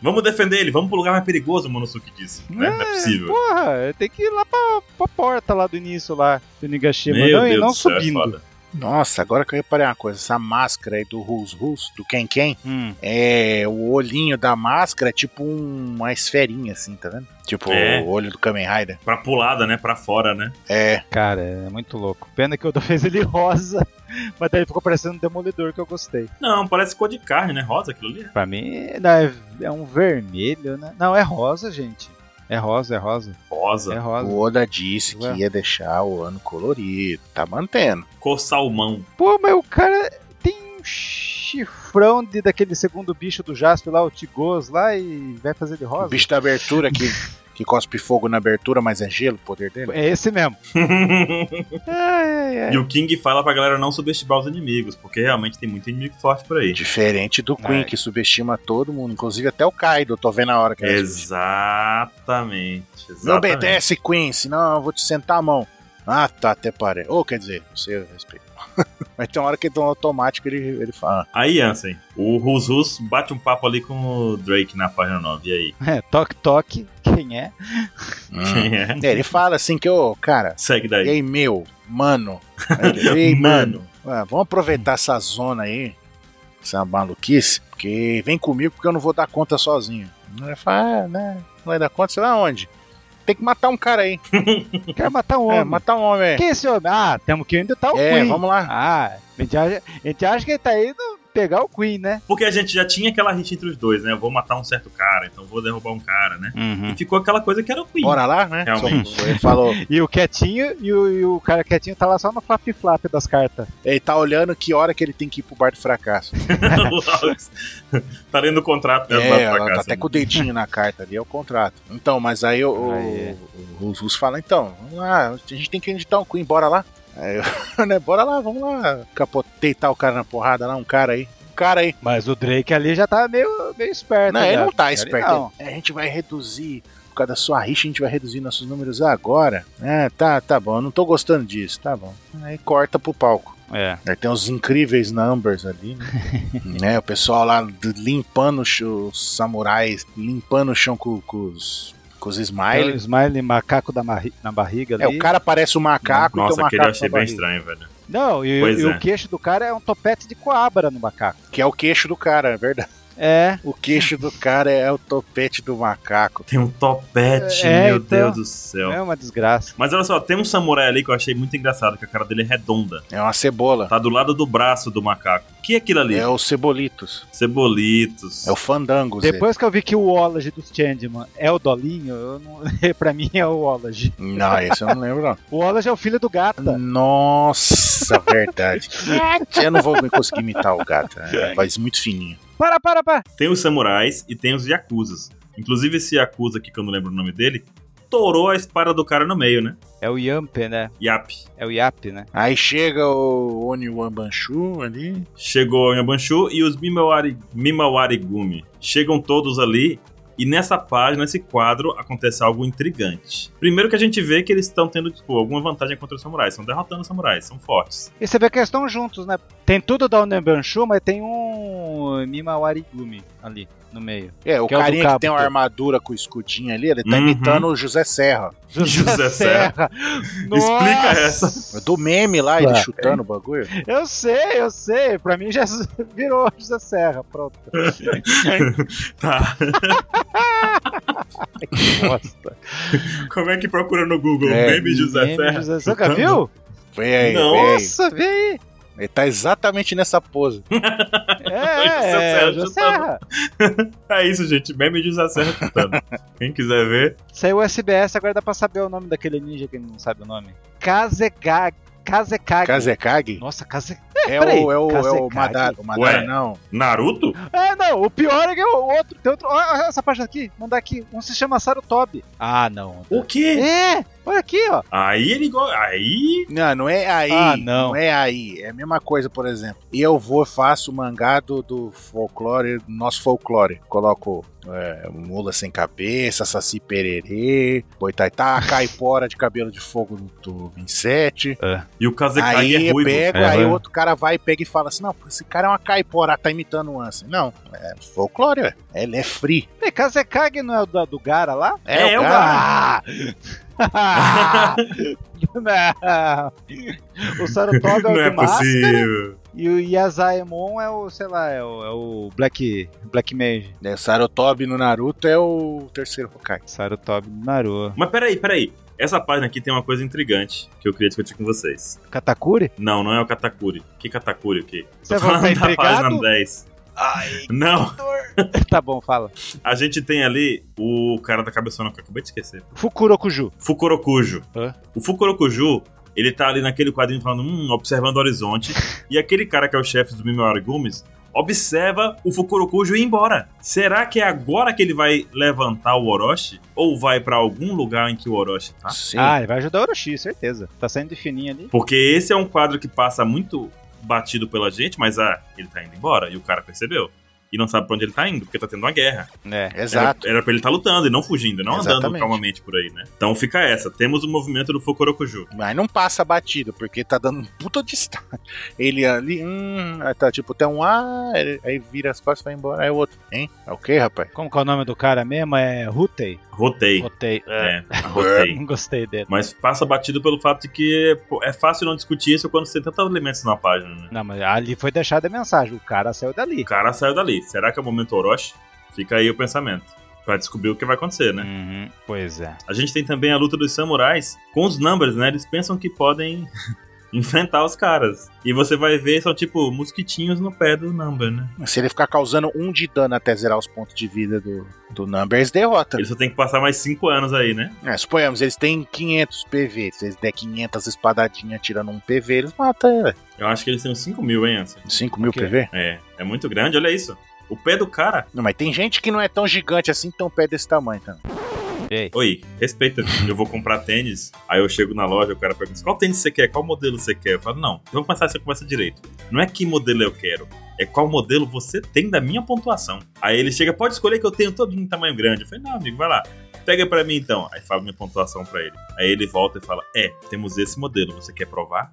Speaker 1: vamos defender ele, vamos pro lugar mais perigoso, o Monosuke disse. Né? Não é possível.
Speaker 4: Porra, tem que ir lá pra, pra porta lá do início lá do Nigashima.
Speaker 1: Meu
Speaker 4: não, e
Speaker 1: Deus
Speaker 4: não
Speaker 1: do céu, é
Speaker 4: subindo.
Speaker 1: foda.
Speaker 3: Nossa, agora que eu reparei uma coisa, essa máscara aí do Rus Rus, do Ken Ken,
Speaker 4: Hum.
Speaker 3: é o olhinho da máscara é tipo um- uma esferinha assim, tá vendo? Tipo
Speaker 1: É.
Speaker 3: o olho do Kamen Rider.
Speaker 1: Pra pulada, né? Pra fora, né?
Speaker 3: É,
Speaker 4: Cara, é muito louco. Pena que eu fez ele rosa, mas daí ficou parecendo um demolidor que eu gostei.
Speaker 1: Não, parece cor de carne, né? Rosa aquilo ali.
Speaker 4: Pra mim, não, é, é um vermelho, né? Não, é rosa, gente. É rosa, é rosa. É
Speaker 1: Rosa.
Speaker 4: rosa.
Speaker 3: o Oda disse que
Speaker 4: Ué.
Speaker 3: ia deixar o ano colorido, tá mantendo.
Speaker 4: É.
Speaker 1: Cor salmão.
Speaker 4: Pô, mas o cara tem um chifrão de, daquele segundo bicho do Jasper lá, o Tigos lá, e vai fazer de rosa.
Speaker 3: O bicho da abertura que, que cospe fogo na abertura, mas é gelo o poder dele.
Speaker 4: É esse mesmo. É. Ai, ai, ai.
Speaker 1: e o King fala pra galera não subestimar os inimigos, porque realmente tem muito inimigo forte por aí.
Speaker 3: Diferente do
Speaker 1: É.
Speaker 3: Queen,
Speaker 4: Ai.
Speaker 3: que subestima todo mundo, inclusive até o Kaido, eu tô vendo a hora que ele subestima.
Speaker 1: Exatamente. exatamente.
Speaker 3: Não obedece, Queen, senão eu vou te sentar a mão. Ah, tá, até parei. Ou quer dizer, você respeita. Mas tem uma hora que no automático ele, ele fala. ah,
Speaker 1: Aí, Ansem, o Rus Rus bate um papo ali com o Drake na página 9. E aí?
Speaker 4: É, toque, toque. Quem é?
Speaker 1: Quem é?
Speaker 3: É, ele fala assim que, ô, cara,
Speaker 1: Segue
Speaker 3: e
Speaker 1: daí.
Speaker 3: aí, meu, mano. Aí ele, Ei, é mano,
Speaker 1: Mano,
Speaker 3: ah, vamos aproveitar essa zona aí, essa maluquice, porque vem comigo porque eu não vou dar conta sozinho. Ele fala, ah, né? Não vai dar conta, sei lá onde. Tem que matar um cara aí.
Speaker 4: Quero matar um homem.
Speaker 3: É, matar um homem aí.
Speaker 4: Quem é esse homem? Ah, temos que ainda tá o
Speaker 3: É,
Speaker 4: Queen.
Speaker 3: vamos lá.
Speaker 4: Ah, a gente, acha, a gente acha que ele tá indo pegar o Queen, né?
Speaker 1: porque a gente já tinha aquela rixa entre os dois, né? Eu vou matar um certo cara, então vou derrubar um cara, né? E ficou aquela coisa que era o Queen.
Speaker 3: Bora lá, né?
Speaker 1: Realmente.
Speaker 3: Só- Ele falou,
Speaker 4: E o quietinho e o, e o cara quietinho tá lá só no flap flap das cartas.
Speaker 3: ele tá olhando que hora que ele tem que ir pro bar do fracasso.
Speaker 1: tá lendo o contrato dela
Speaker 3: É,
Speaker 1: lá pra assim.
Speaker 3: ela tá
Speaker 1: casa.
Speaker 3: até com o dedinho na carta ali, é o contrato. Então, mas aí o, o,
Speaker 4: Aí é.
Speaker 3: o- os russos falam, então, vamos lá, a gente tem que editar um Queen, bora lá. Aí eu, né, bora lá, vamos lá, capo- deitar o cara na porrada lá, um cara aí. Um cara aí.
Speaker 4: Mas o Drake ali já tá meio, meio esperto.
Speaker 3: Não,
Speaker 4: já.
Speaker 3: ele não tá
Speaker 4: Ele
Speaker 3: esperto.
Speaker 4: não.
Speaker 3: ele, "É, a gente vai reduzir, por causa da sua rixa, a gente vai reduzir nossos números agora. É, tá, tá bom, eu não tô gostando disso, tá bom. Aí corta pro palco.
Speaker 2: É.
Speaker 3: Aí Né, tem os incríveis numbers ali, né? Né, O pessoal lá d- limpando o chão, os samurais, limpando o chão com, com os, com os
Speaker 4: Aí o
Speaker 1: Então,
Speaker 3: smiles.
Speaker 4: Smiley, um macaco da marri- na barriga ali.
Speaker 3: É, o cara parece um macaco e tem
Speaker 1: Nossa,
Speaker 3: um
Speaker 1: aquele eu
Speaker 3: macaco
Speaker 1: achei
Speaker 3: na
Speaker 1: bem
Speaker 3: barriga,
Speaker 1: estranho, velho.
Speaker 4: Não, e,
Speaker 1: Pois
Speaker 4: e
Speaker 1: é.
Speaker 4: o queixo do cara é um topete de coabra no macaco.
Speaker 3: que é o queixo do cara, é verdade.
Speaker 4: É.
Speaker 3: O queixo do cara é o topete do macaco.
Speaker 1: Tem um topete,
Speaker 4: É,
Speaker 1: meu
Speaker 4: então.
Speaker 1: Deus do céu.
Speaker 4: É uma desgraça.
Speaker 1: Mas olha só, tem um samurai ali que eu achei muito engraçado, que a cara dele é redonda.
Speaker 3: É uma cebola.
Speaker 1: Tá do lado do braço do macaco. O que é aquilo ali?
Speaker 3: É o cebolitos.
Speaker 1: Cebolitos.
Speaker 3: É o fandango. Zé.
Speaker 4: Depois que eu vi que o Wallace dos Changeman é o Dolinho, eu não... pra mim é o Wallace.
Speaker 3: Não, esse eu não lembro, não.
Speaker 4: O Wallace é o filho do
Speaker 1: Tá.
Speaker 4: Gata.
Speaker 3: Nossa, verdade. eu não vou conseguir imitar o gato. Né? Faz muito fininho.
Speaker 4: Para, para, para.
Speaker 1: Tem os samurais e tem os yakuzas. Inclusive esse yakuza aqui, que eu não lembro o nome dele, torou a espada do cara no meio, né?
Speaker 4: É o Yamp, né?
Speaker 1: Yap.
Speaker 4: É o Yap, né?
Speaker 3: Aí chega o Oni Wambanchu ali,
Speaker 1: Chegou o Yabanchu e os Mimawari, Mimawarigumi. Chegam todos ali e nessa página, nesse quadro, acontece algo intrigante. Primeiro que a gente vê que eles estão tendo, tipo, alguma vantagem contra os samurais. Estão derrotando os samurais, são fortes.
Speaker 4: E você vê que eles estão juntos, né? Tem tudo da Onebanshu, mas tem um Mimawarigumi ali no meio.
Speaker 3: É, o
Speaker 4: Que é o do
Speaker 3: carinha que
Speaker 4: cabo,
Speaker 3: tem uma
Speaker 4: pô.
Speaker 3: armadura com o escudinho ali, ele tá
Speaker 1: Uhum.
Speaker 3: imitando o José Serra.
Speaker 4: é
Speaker 1: José Serra. Explica essa.
Speaker 3: É Do meme lá,
Speaker 4: Ah,
Speaker 3: ele chutando o bagulho.
Speaker 4: Eu sei, eu sei. Pra mim já virou José Serra. Pronto.
Speaker 1: Tá.
Speaker 4: Bosta.
Speaker 1: Como é que procura no Google?
Speaker 3: É,
Speaker 1: Meme José
Speaker 4: Meme
Speaker 1: Serra.
Speaker 4: José Serra. Nunca viu?
Speaker 3: Vem aí,
Speaker 1: Não.
Speaker 3: vem aí.
Speaker 4: Nossa, vê aí.
Speaker 3: Ele tá exatamente nessa pose.
Speaker 4: É, é,
Speaker 1: José Serra
Speaker 4: é José Serra.
Speaker 1: É isso, gente. Meme José Serra chutando. Quem quiser ver.
Speaker 4: Saiu o SBS, agora dá pra saber o nome daquele ninja que não sabe o nome. Kazekage. Kazekage.
Speaker 3: Kazekage?
Speaker 4: Nossa, Kaze...
Speaker 3: É
Speaker 4: peraí,
Speaker 3: o, é o, é o
Speaker 4: Kazekage?
Speaker 3: Madara. O Madara
Speaker 1: Ué.
Speaker 3: não.
Speaker 1: Naruto?
Speaker 4: É, não, o pior é que o outro. Tem outro. Olha essa página aqui, mandar aqui. Um se chama Sarutobi. Ah, não.
Speaker 1: O quê?
Speaker 4: É! Olha aqui, ó.
Speaker 1: Aí ele. go- Aí.
Speaker 3: Não, não é aí.
Speaker 4: Ah, não.
Speaker 3: é aí. É a mesma coisa, por exemplo. Eu vou, faço o mangá do, do folclore, do nosso folclore. Coloco é, mula sem cabeça, saci pererê, boitaitá, caipora de cabelo de fogo do 27.
Speaker 1: E o Kazekai
Speaker 3: Aí
Speaker 1: é ruivo.
Speaker 3: pega,
Speaker 2: É,
Speaker 4: né?
Speaker 3: aí
Speaker 2: vai.
Speaker 3: outro cara vai, pega e fala assim: Não, esse cara é uma caipora, tá imitando o Ansem. Não, é folclore, ué. Ele é free.
Speaker 4: Peraí, Kazekage não é o da- do Gara lá?
Speaker 1: É, é o Gara.
Speaker 4: Ah! não. O Sarutobi é o
Speaker 1: Não
Speaker 4: do
Speaker 1: é
Speaker 4: Máscara
Speaker 1: possível.
Speaker 4: e o Yazaemon é o, sei lá, é o, é o Black, Black Mage.
Speaker 3: É, Sarutobi no Naruto é o terceiro Hokage.
Speaker 4: Sarutobi do Naruto.
Speaker 1: Mas peraí, peraí. Essa página aqui tem uma coisa intrigante que eu queria discutir com vocês.
Speaker 4: Katakuri?
Speaker 1: Não, não é o Katakuri. Que Katakuri o quê?
Speaker 4: Você vai ficar
Speaker 1: da página
Speaker 4: intrigado?
Speaker 1: 10.
Speaker 4: Ai,
Speaker 1: Não,
Speaker 4: tá bom, fala.
Speaker 1: a gente tem ali o cara da cabeçona que eu acabei de esquecer.
Speaker 4: Fukurokuju.
Speaker 1: Fukurokujo.
Speaker 3: É?
Speaker 4: Hã?
Speaker 1: O Fukurokujo, ele tá ali naquele quadrinho falando, hum, observando o horizonte. e aquele cara que é o chefe do Mimewari Gumes observa o Fukurokujo ir embora. Será que é agora que ele vai levantar o Orochi? Ou vai pra algum lugar em que o Orochi tá?
Speaker 3: Sim.
Speaker 4: Ah, ele vai ajudar o Orochi, certeza. Tá saindo de fininho ali.
Speaker 1: Porque esse é um quadro que passa muito batido pela gente, mas ah, ele tá indo embora e o cara percebeu. E não sabe pra onde ele tá indo, porque tá tendo uma guerra.
Speaker 4: É.
Speaker 3: Exato.
Speaker 1: Era, era pra ele estar tá lutando e não fugindo, não andando
Speaker 3: Exatamente.
Speaker 1: calmamente por aí, né? Então fica essa. Temos o movimento do Fukurokuju.
Speaker 3: Mas não passa batido, porque tá dando um puta destaque. Ele ali, hum, aí tá tipo, tem um ah, ele- aí vira as costas e vai embora. Aí o outro, hein? É o que, rapaz?
Speaker 4: Como que é o nome do cara mesmo? É Rutei.
Speaker 1: Rotei.
Speaker 4: Rutei.
Speaker 1: É, rotei.
Speaker 4: Não gostei dele.
Speaker 1: Mas passa batido pelo fato de que pô, é fácil não discutir isso quando você tem tantos elementos na página, né?
Speaker 4: Não, mas ali foi deixada a mensagem. O cara saiu dali.
Speaker 1: O cara saiu dali. Será que é o momento Orochi? Fica aí o pensamento. Pra descobrir o que vai acontecer, né?
Speaker 2: Uhum.
Speaker 4: Pois é.
Speaker 1: A gente tem também a luta dos samurais com os numbers, né? Eles pensam que podem enfrentar os caras. E você vai ver, são tipo mosquitinhos no pé do number, né?
Speaker 3: Se ele ficar causando um de dano até zerar os pontos de vida do, do Numbers, derrota.
Speaker 1: Ele só tem que passar mais 5 anos aí, né?
Speaker 3: É, suponhamos, eles têm 500 PV. Se eles der 500 espadadinhas tirando um PV, eles matam ele.
Speaker 1: Eu acho que eles têm uns 5 mil, hein, Anson?
Speaker 3: 5 mil
Speaker 4: Ok.
Speaker 3: PV?
Speaker 1: É, é muito grande, olha isso. O pé do cara.
Speaker 3: Não, mas tem gente que não é tão gigante assim, tão pé desse tamanho, então.
Speaker 2: Ei,
Speaker 1: Oi, respeita. Eu vou comprar tênis. Aí eu chego na loja, o cara pergunta: qual tênis você quer? Qual modelo você quer? Eu falo: não, vamos começar essa conversa direito. Não é que modelo eu quero, é qual modelo você tem da minha pontuação. Aí ele chega: pode escolher que eu tenho todo em tamanho grande. Eu falei: não, amigo, vai lá. Pega pra mim então. Aí fala minha pontuação pra ele. Aí ele volta e fala: é, temos esse modelo, você quer provar?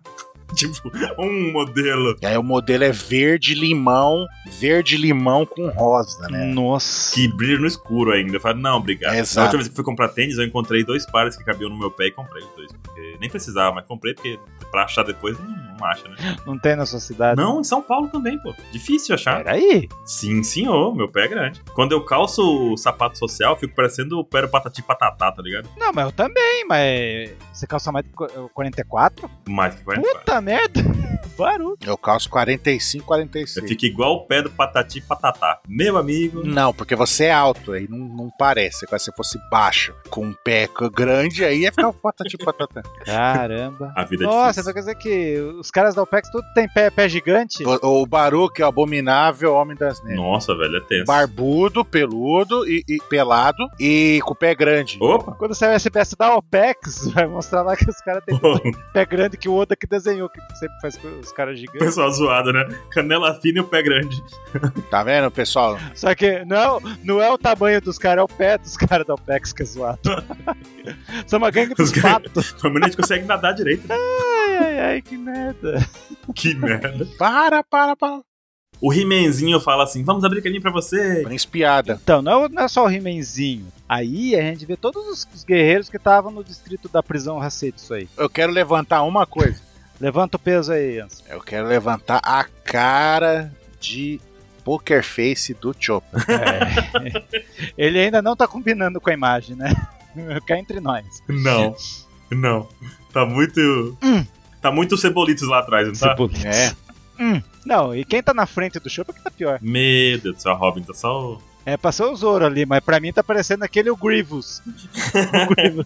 Speaker 1: tipo, um modelo.
Speaker 3: E aí o modelo é verde-limão, verde-limão com rosa, né?
Speaker 4: Hum. Nossa.
Speaker 1: que brilha no escuro ainda. Eu falo, não, obrigado.
Speaker 3: Exato.
Speaker 1: Na última vez que eu fui comprar tênis, eu encontrei dois pares que cabiam no meu pé e comprei os dois. Porque nem precisava, mas comprei, porque pra achar depois não, não acha, né?
Speaker 4: Não tem na sua cidade.
Speaker 1: Não, tá. em São Paulo também, pô. Difícil achar.
Speaker 4: Peraí.
Speaker 1: Sim, senhor, meu pé é grande. Quando eu calço o sapato social, eu fico parecendo o Pero Patati Patatá, tá ligado?
Speaker 4: Não, mas eu também, mas. Você calça mais de qu- 44?
Speaker 1: Mais que 44.
Speaker 4: Puta merda! Barulho.
Speaker 3: Eu calço 45,
Speaker 1: Eu
Speaker 3: 46.
Speaker 1: fico igual o pé do Patati Patatá. Meu amigo.
Speaker 3: Não, porque você é alto, aí não, não parece. Agora, se fosse baixo, com um pé grande, aí ia ficar tipo patati patata.
Speaker 4: Caramba.
Speaker 1: A vida é
Speaker 4: Nossa,
Speaker 1: difícil.
Speaker 4: então quer dizer que os caras da OPEX tudo tem pé, pé gigante?
Speaker 3: O, o Baruque é o abominável homem das neves.
Speaker 1: Nossa, velho, é tenso.
Speaker 3: Barbudo, peludo e, e pelado e com o pé grande.
Speaker 1: Opa!
Speaker 4: Quando sair o SBS da OPEX, vai mostrar lá que os caras têm pé grande que o Oda que desenhou, que sempre faz com os caras
Speaker 1: O
Speaker 4: gigantes.
Speaker 1: pessoal zoado, né? Canela fina e o pé grande.
Speaker 3: Tá vendo, pessoal?
Speaker 4: Só que não é, o- não é o tamanho dos caras, é o pé dos caras da OPEX que é zoado. São uma gangue dos
Speaker 1: Os caras-
Speaker 4: patos.
Speaker 1: Pelo menos a gente consegue nadar direito. né?
Speaker 4: Ai, ai, ai, que merda.
Speaker 1: Que merda.
Speaker 3: Para, para, para.
Speaker 1: O Rimenzinho fala assim: vamos abrir caminho pra você.
Speaker 3: Parece piada.
Speaker 4: Então, não, é o- não é só o Rimenzinho. Aí a gente vê todos os, os guerreiros que estavam no distrito da prisão Racetsu aí.
Speaker 3: Eu quero levantar uma coisa.
Speaker 4: Levanta o peso aí, Anson.
Speaker 3: Eu quero levantar a cara de poker face do Chopper.
Speaker 4: Ele ainda não tá combinando com a imagem, né? Cá entre nós.
Speaker 1: Não, não. Tá muito. Tá muito cebolitos lá atrás, não tá?
Speaker 2: Cebolitos.
Speaker 3: É.
Speaker 4: Não, e quem tá na frente do Chopper que tá pior.
Speaker 1: Meu Deus do céu, a Robin tá só.
Speaker 4: É, passou o Zoro ali, mas pra mim tá parecendo aquele o Grievous. o Grievous.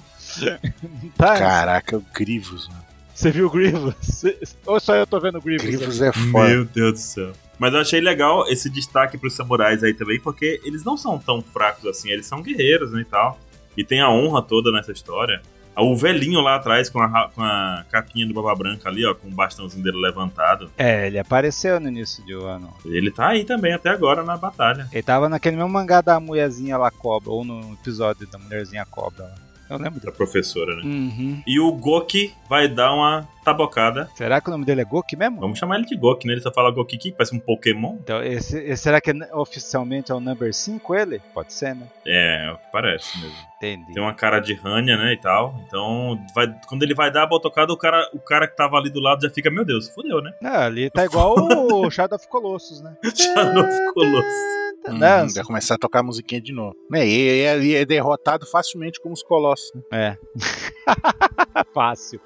Speaker 4: tá?
Speaker 3: Caraca, o Grivos, mano.
Speaker 4: Você viu o Grievous? Ou só eu tô vendo o Grievous?
Speaker 3: Grivos é foda.
Speaker 1: Meu Deus do céu. Mas eu achei legal esse destaque pros samurais aí também, porque eles não são tão fracos assim, eles são guerreiros né, e tal. E tem a honra toda nessa história. O velhinho lá atrás com a, ra- com a capinha do Baba Branca ali, ó, com o bastãozinho dele levantado.
Speaker 4: É, ele apareceu no início do ano.
Speaker 1: Ele tá aí também até agora na batalha.
Speaker 4: Ele tava naquele mesmo mangá da mulherzinha lá cobra, ou no episódio da mulherzinha cobra lá. Eu lembro
Speaker 1: Da
Speaker 4: dele.
Speaker 1: professora, né?
Speaker 4: Uhum.
Speaker 1: E o Goki vai dar uma tabocada.
Speaker 4: Será que o nome dele é Goki mesmo?
Speaker 1: Vamos chamar ele de Goki, né? Ele só fala Goki que parece um Pokémon.
Speaker 4: Então, esse, esse- será que é- oficialmente é o number 5 ele? Pode ser, né? Então,
Speaker 1: É, é o que parece mesmo.
Speaker 4: Entendi.
Speaker 1: Tem uma cara de Rania, né, e tal. Então, vai- quando ele vai dar a botocada, o cara, o cara que tava ali do lado já fica, meu Deus, fodeu, né?
Speaker 4: Não, ali tá igual o Shadow of Colossus, né?
Speaker 1: Shadow of Colossus.
Speaker 3: Hum,
Speaker 4: Não,
Speaker 3: vai começar a tocar a musiquinha de novo. Né, E e ali é derrotado facilmente como os colossos. né?
Speaker 4: É. Fácil.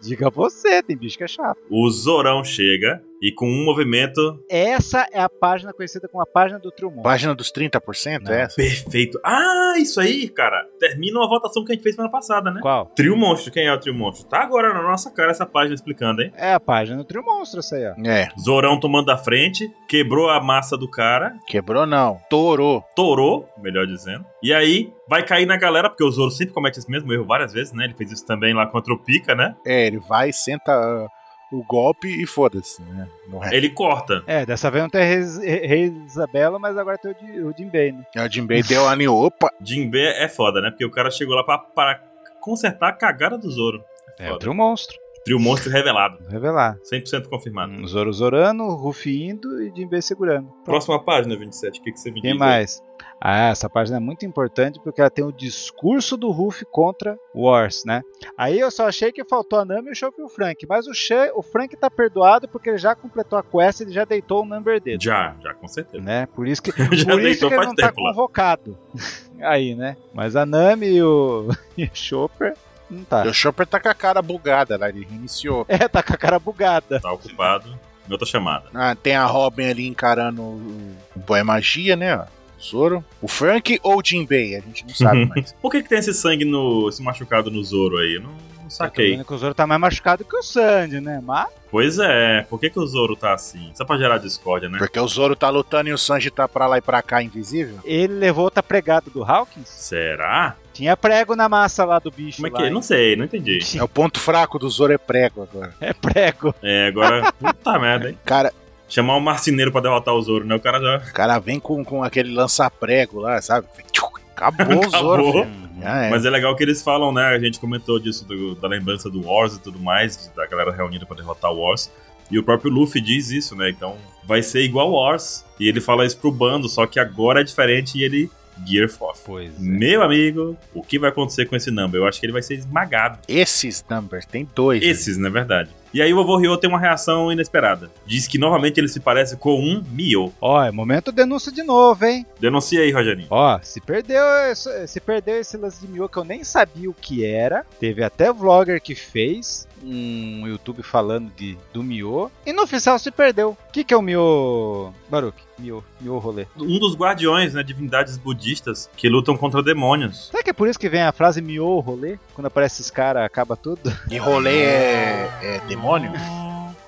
Speaker 4: Diga você, tem bicho que é chato.
Speaker 1: O Zorão chega e com um movimento
Speaker 4: Essa é a página conhecida como a página do Trumon.
Speaker 3: Página dos 30%
Speaker 4: Não.
Speaker 3: é essa?
Speaker 1: perfeito. Ah, isso aí, cara. Termina uma votação que a gente fez semana passada, né?
Speaker 4: Qual?
Speaker 1: Trio Monstro, quem é o Trio Monstro? Tá agora na nossa cara essa página explicando, hein?
Speaker 4: É a página do Trio Monstro, essa aí, ó.
Speaker 3: É,
Speaker 1: Zorão tomando a frente, quebrou a massa do cara,
Speaker 3: quebrou não. Torou.
Speaker 1: torou, melhor dizendo. E aí vai cair na galera, porque o Zoro sempre comete esse mesmo erro várias vezes, né? Ele fez isso também lá contra o Pica, né?
Speaker 3: É, ele vai, senta ah, o golpe e foda-se, né? Não é.
Speaker 1: Ele corta.
Speaker 4: É, dessa vez não tem Rei Rei Isabela, mas agora tem o, Jim- o Jinbei, né?
Speaker 3: Aí O Jinbei deu a new, opa,
Speaker 1: Jinbe é foda, né? Porque o cara chegou lá pra, pra consertar a cagada do Zoro.
Speaker 4: É
Speaker 1: Foda.
Speaker 4: o Trio Monstro.
Speaker 1: Trio Monstro revelado.
Speaker 4: Vou revelar.
Speaker 1: 100% confirmado.
Speaker 4: Zoro Zorano, Rufi indo e Jinbei segurando.
Speaker 1: Próxima página, 27. O que, que você me
Speaker 4: Quem
Speaker 1: diz?
Speaker 4: mais? Ah, essa página é muito importante porque ela tem o discurso do Ruff contra Wars, né? Aí eu só achei que faltou a Nami e o Show e o Frank, mas o, She, o Frank tá perdoado porque ele já completou a quest e já deitou o number dele,
Speaker 1: Já, já, com certeza.
Speaker 4: né? Por isso que,
Speaker 1: Já
Speaker 4: por isso
Speaker 1: deitou
Speaker 4: que ele
Speaker 1: faz
Speaker 4: não tá
Speaker 1: tempo lá.
Speaker 4: convocado. Aí, né? Mas a Nami e o, e o Chopper não tá.
Speaker 3: o Chopper tá com a cara bugada lá, ele reiniciou.
Speaker 4: É, tá com a cara bugada.
Speaker 1: Tá ocupado. Em outra chamada.
Speaker 3: Ah, tem a Robin ali encarando o, o Boy Magia, né? ó, O Zoro. O Frank ou o Jinbei? A gente não sabe mais.
Speaker 1: Por que, que tem esse sangue no. esse machucado no Zoro aí? Eu Não, não
Speaker 4: Eu tô
Speaker 1: saquei.
Speaker 4: vendo que o Zoro tá mais machucado que o Sandy, né? Mas
Speaker 1: Pois é, por que, que o Zoro tá assim? Só pra gerar discórdia, né?
Speaker 3: Porque o Zoro tá lutando e o Sanji tá pra lá e pra cá invisível.
Speaker 4: ele levou outra pregada do Hawkins.
Speaker 1: Será?
Speaker 4: Tinha prego na massa lá do bicho.
Speaker 1: Como é
Speaker 4: lá,
Speaker 1: que é?
Speaker 4: hein?
Speaker 1: Não sei, não entendi.
Speaker 3: É o ponto fraco do Zoro é prego agora.
Speaker 4: É prego.
Speaker 1: É, agora. Puta merda, hein?
Speaker 3: Cara,
Speaker 1: Chamar um marceneiro pra derrotar o Zoro, né? O cara já.
Speaker 3: o cara vem com, com aquele lança-prego lá, sabe? Tchum, Acabou o Zoro,
Speaker 1: Acabou.
Speaker 3: filho. Ah, é.
Speaker 1: Mas é legal que eles falam, né? A gente comentou disso, do- da lembrança do Wars e tudo mais, da galera reunida pra derrotar o Wars. E o próprio Luffy diz isso, né? Então vai ser igual o Wars. E ele fala isso pro bando, só que agora é diferente e ele. Gear 4.
Speaker 4: Pois
Speaker 1: Meu amigo, o que vai acontecer com esse number? Eu acho que ele vai ser esmagado.
Speaker 3: Esses numbers, tem dois. né?
Speaker 1: Esses, na verdade. E aí o vovô Ryo tem uma reação inesperada. Diz que novamente ele se parece com um Mio.
Speaker 4: Ó, é momento de denúncia de novo, hein?
Speaker 1: Denuncia aí, Rogerinho.
Speaker 4: Ó, se perdeu, esse- se perdeu esse lance de Mio que eu nem sabia o que era. Teve até vlogger que fez um YouTube falando de, do Mio. E no oficial se perdeu. O que, que é o Mio, Baruque? Mio, Mio rolê.
Speaker 1: Um dos guardiões, né, divindades budistas que lutam contra demônios.
Speaker 4: Será que é por isso que vem a frase Mio rolê? Quando aparece esses caras, acaba tudo?
Speaker 3: E rolê é, é demônio?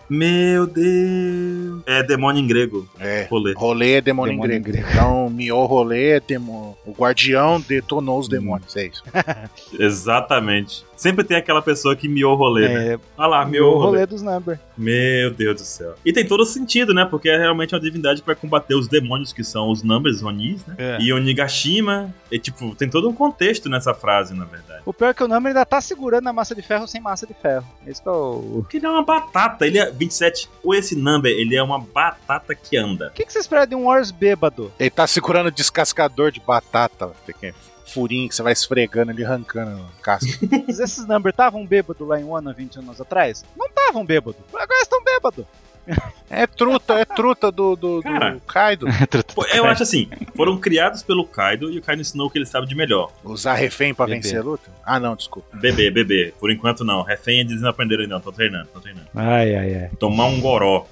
Speaker 1: Meu Deus. É demônio em grego.
Speaker 3: É.
Speaker 1: Rolê.
Speaker 3: Rolê é demônio,
Speaker 4: Demônio
Speaker 3: em grego. Então, miou rolê é demônio. O guardião detonou os demônios, é isso.
Speaker 1: Exatamente. Sempre tem aquela pessoa que miou o rolê, né?
Speaker 4: É,
Speaker 1: Olha lá,
Speaker 4: Mio
Speaker 1: miou o rolê.
Speaker 4: rolê dos number.
Speaker 1: Meu Deus do céu. E tem todo sentido, né? Porque é realmente uma divindade que vai combater os demônios que são os Numbers, Ronis, né?
Speaker 4: É.
Speaker 1: E Onigashima. E, tipo, tem todo um contexto nessa frase, na verdade.
Speaker 4: O pior é que o number ainda tá segurando a massa de ferro sem massa de ferro. Esse que é o...
Speaker 1: Porque ele é uma batata. Ele é 27. Ou esse number, ele é uma batata que anda.
Speaker 4: O que, que você espera de um Wars bêbado?
Speaker 3: Ele tá segurando o descascador de batata, tem que- furinho que você vai esfregando ele arrancando o casco.
Speaker 4: Mas esses number estavam bêbado lá em Wano 21 anos atrás? Não estavam bêbado. Agora estão bêbado.
Speaker 3: É truta, é truta do, do, do
Speaker 1: Cara.
Speaker 3: Kaido.
Speaker 1: Pô, Eu acho assim, foram criados pelo Kaido e o Kaido ensinou o que ele sabe de melhor.
Speaker 3: Usar refém pra
Speaker 4: Bebê.
Speaker 3: vencer a luta? Ah, não, desculpa.
Speaker 1: Bebê, bebê. Por enquanto não. Refém eles não aprenderam ainda. não. Tô treinando, tô treinando.
Speaker 4: Ai, ai, ai.
Speaker 1: Tomar um goró.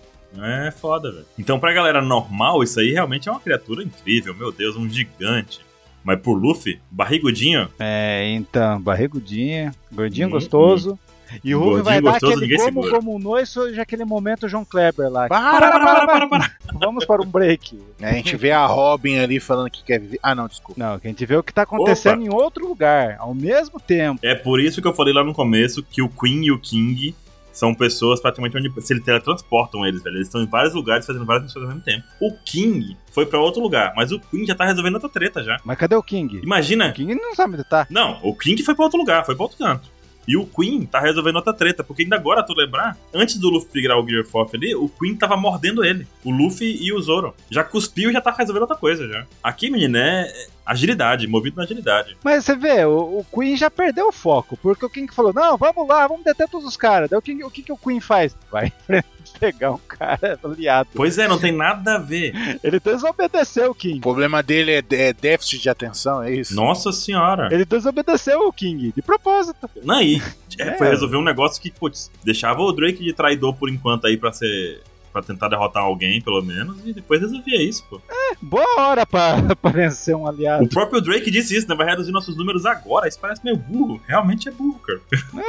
Speaker 1: É foda, velho. Então pra galera normal, isso aí realmente é uma criatura incrível. Meu Deus, um gigante. Mas pro Luffy, barrigudinho,
Speaker 4: É, então, barrigudinha, gordinho
Speaker 1: Hum,
Speaker 4: gostoso. E o Hulk
Speaker 1: Gordinho
Speaker 4: vai dar
Speaker 1: gostoso,
Speaker 4: aquele
Speaker 1: ninguém
Speaker 4: como
Speaker 1: segura.
Speaker 4: como noiço e aquele momento João Kleber lá.
Speaker 3: Para, para, para, para,
Speaker 4: Vamos para um break.
Speaker 3: A gente vê a Robin ali falando que quer viver. Ah, não, desculpa.
Speaker 4: Não, que a gente vê o que tá acontecendo
Speaker 1: Opa.
Speaker 4: em outro lugar, ao mesmo tempo.
Speaker 1: É por isso que eu falei lá no começo que o Queen e o King são pessoas praticamente onde se eles teletransportam eles, velho. Eles estão em vários lugares fazendo várias missões ao mesmo tempo. O King foi pra outro lugar, mas o Queen já tá resolvendo outra treta já.
Speaker 4: Mas cadê o King? O
Speaker 1: Imagina.
Speaker 4: King não sabe onde tá.
Speaker 1: Não, o King foi pra outro lugar, foi pra outro canto. E o Queen tá resolvendo outra treta, porque ainda agora, tu lembrar, antes do Luffy virar o Gear Fourth ali, o Queen tava mordendo ele. O Luffy e o Zoro. Já cuspiu e já tá resolvendo outra coisa já. Aqui, menino, é agilidade, movido na agilidade.
Speaker 4: Mas você vê, o, o Queen já perdeu o foco, porque o King falou: não, vamos lá, vamos deter todos os caras. Daí o, King, o que, que o Queen faz? Vai pegar um cara aliado.
Speaker 1: Pois é, não tem nada a ver.
Speaker 4: Ele desobedeceu o King.
Speaker 3: O problema dele é, é déficit de atenção, é isso?
Speaker 1: Nossa senhora.
Speaker 4: Ele desobedeceu o King, de propósito.
Speaker 1: Não, e é,
Speaker 4: É.
Speaker 1: foi resolver um negócio que, putz, deixava o Drake de traidor por enquanto aí pra ser. pra tentar derrotar alguém, pelo menos, e depois resolvia isso, pô.
Speaker 4: É, Boa hora pra, pra vencer um aliado.
Speaker 1: O próprio Drake disse isso, né? Vai reduzir nossos números agora. Isso parece meio burro. Realmente é burro, cara.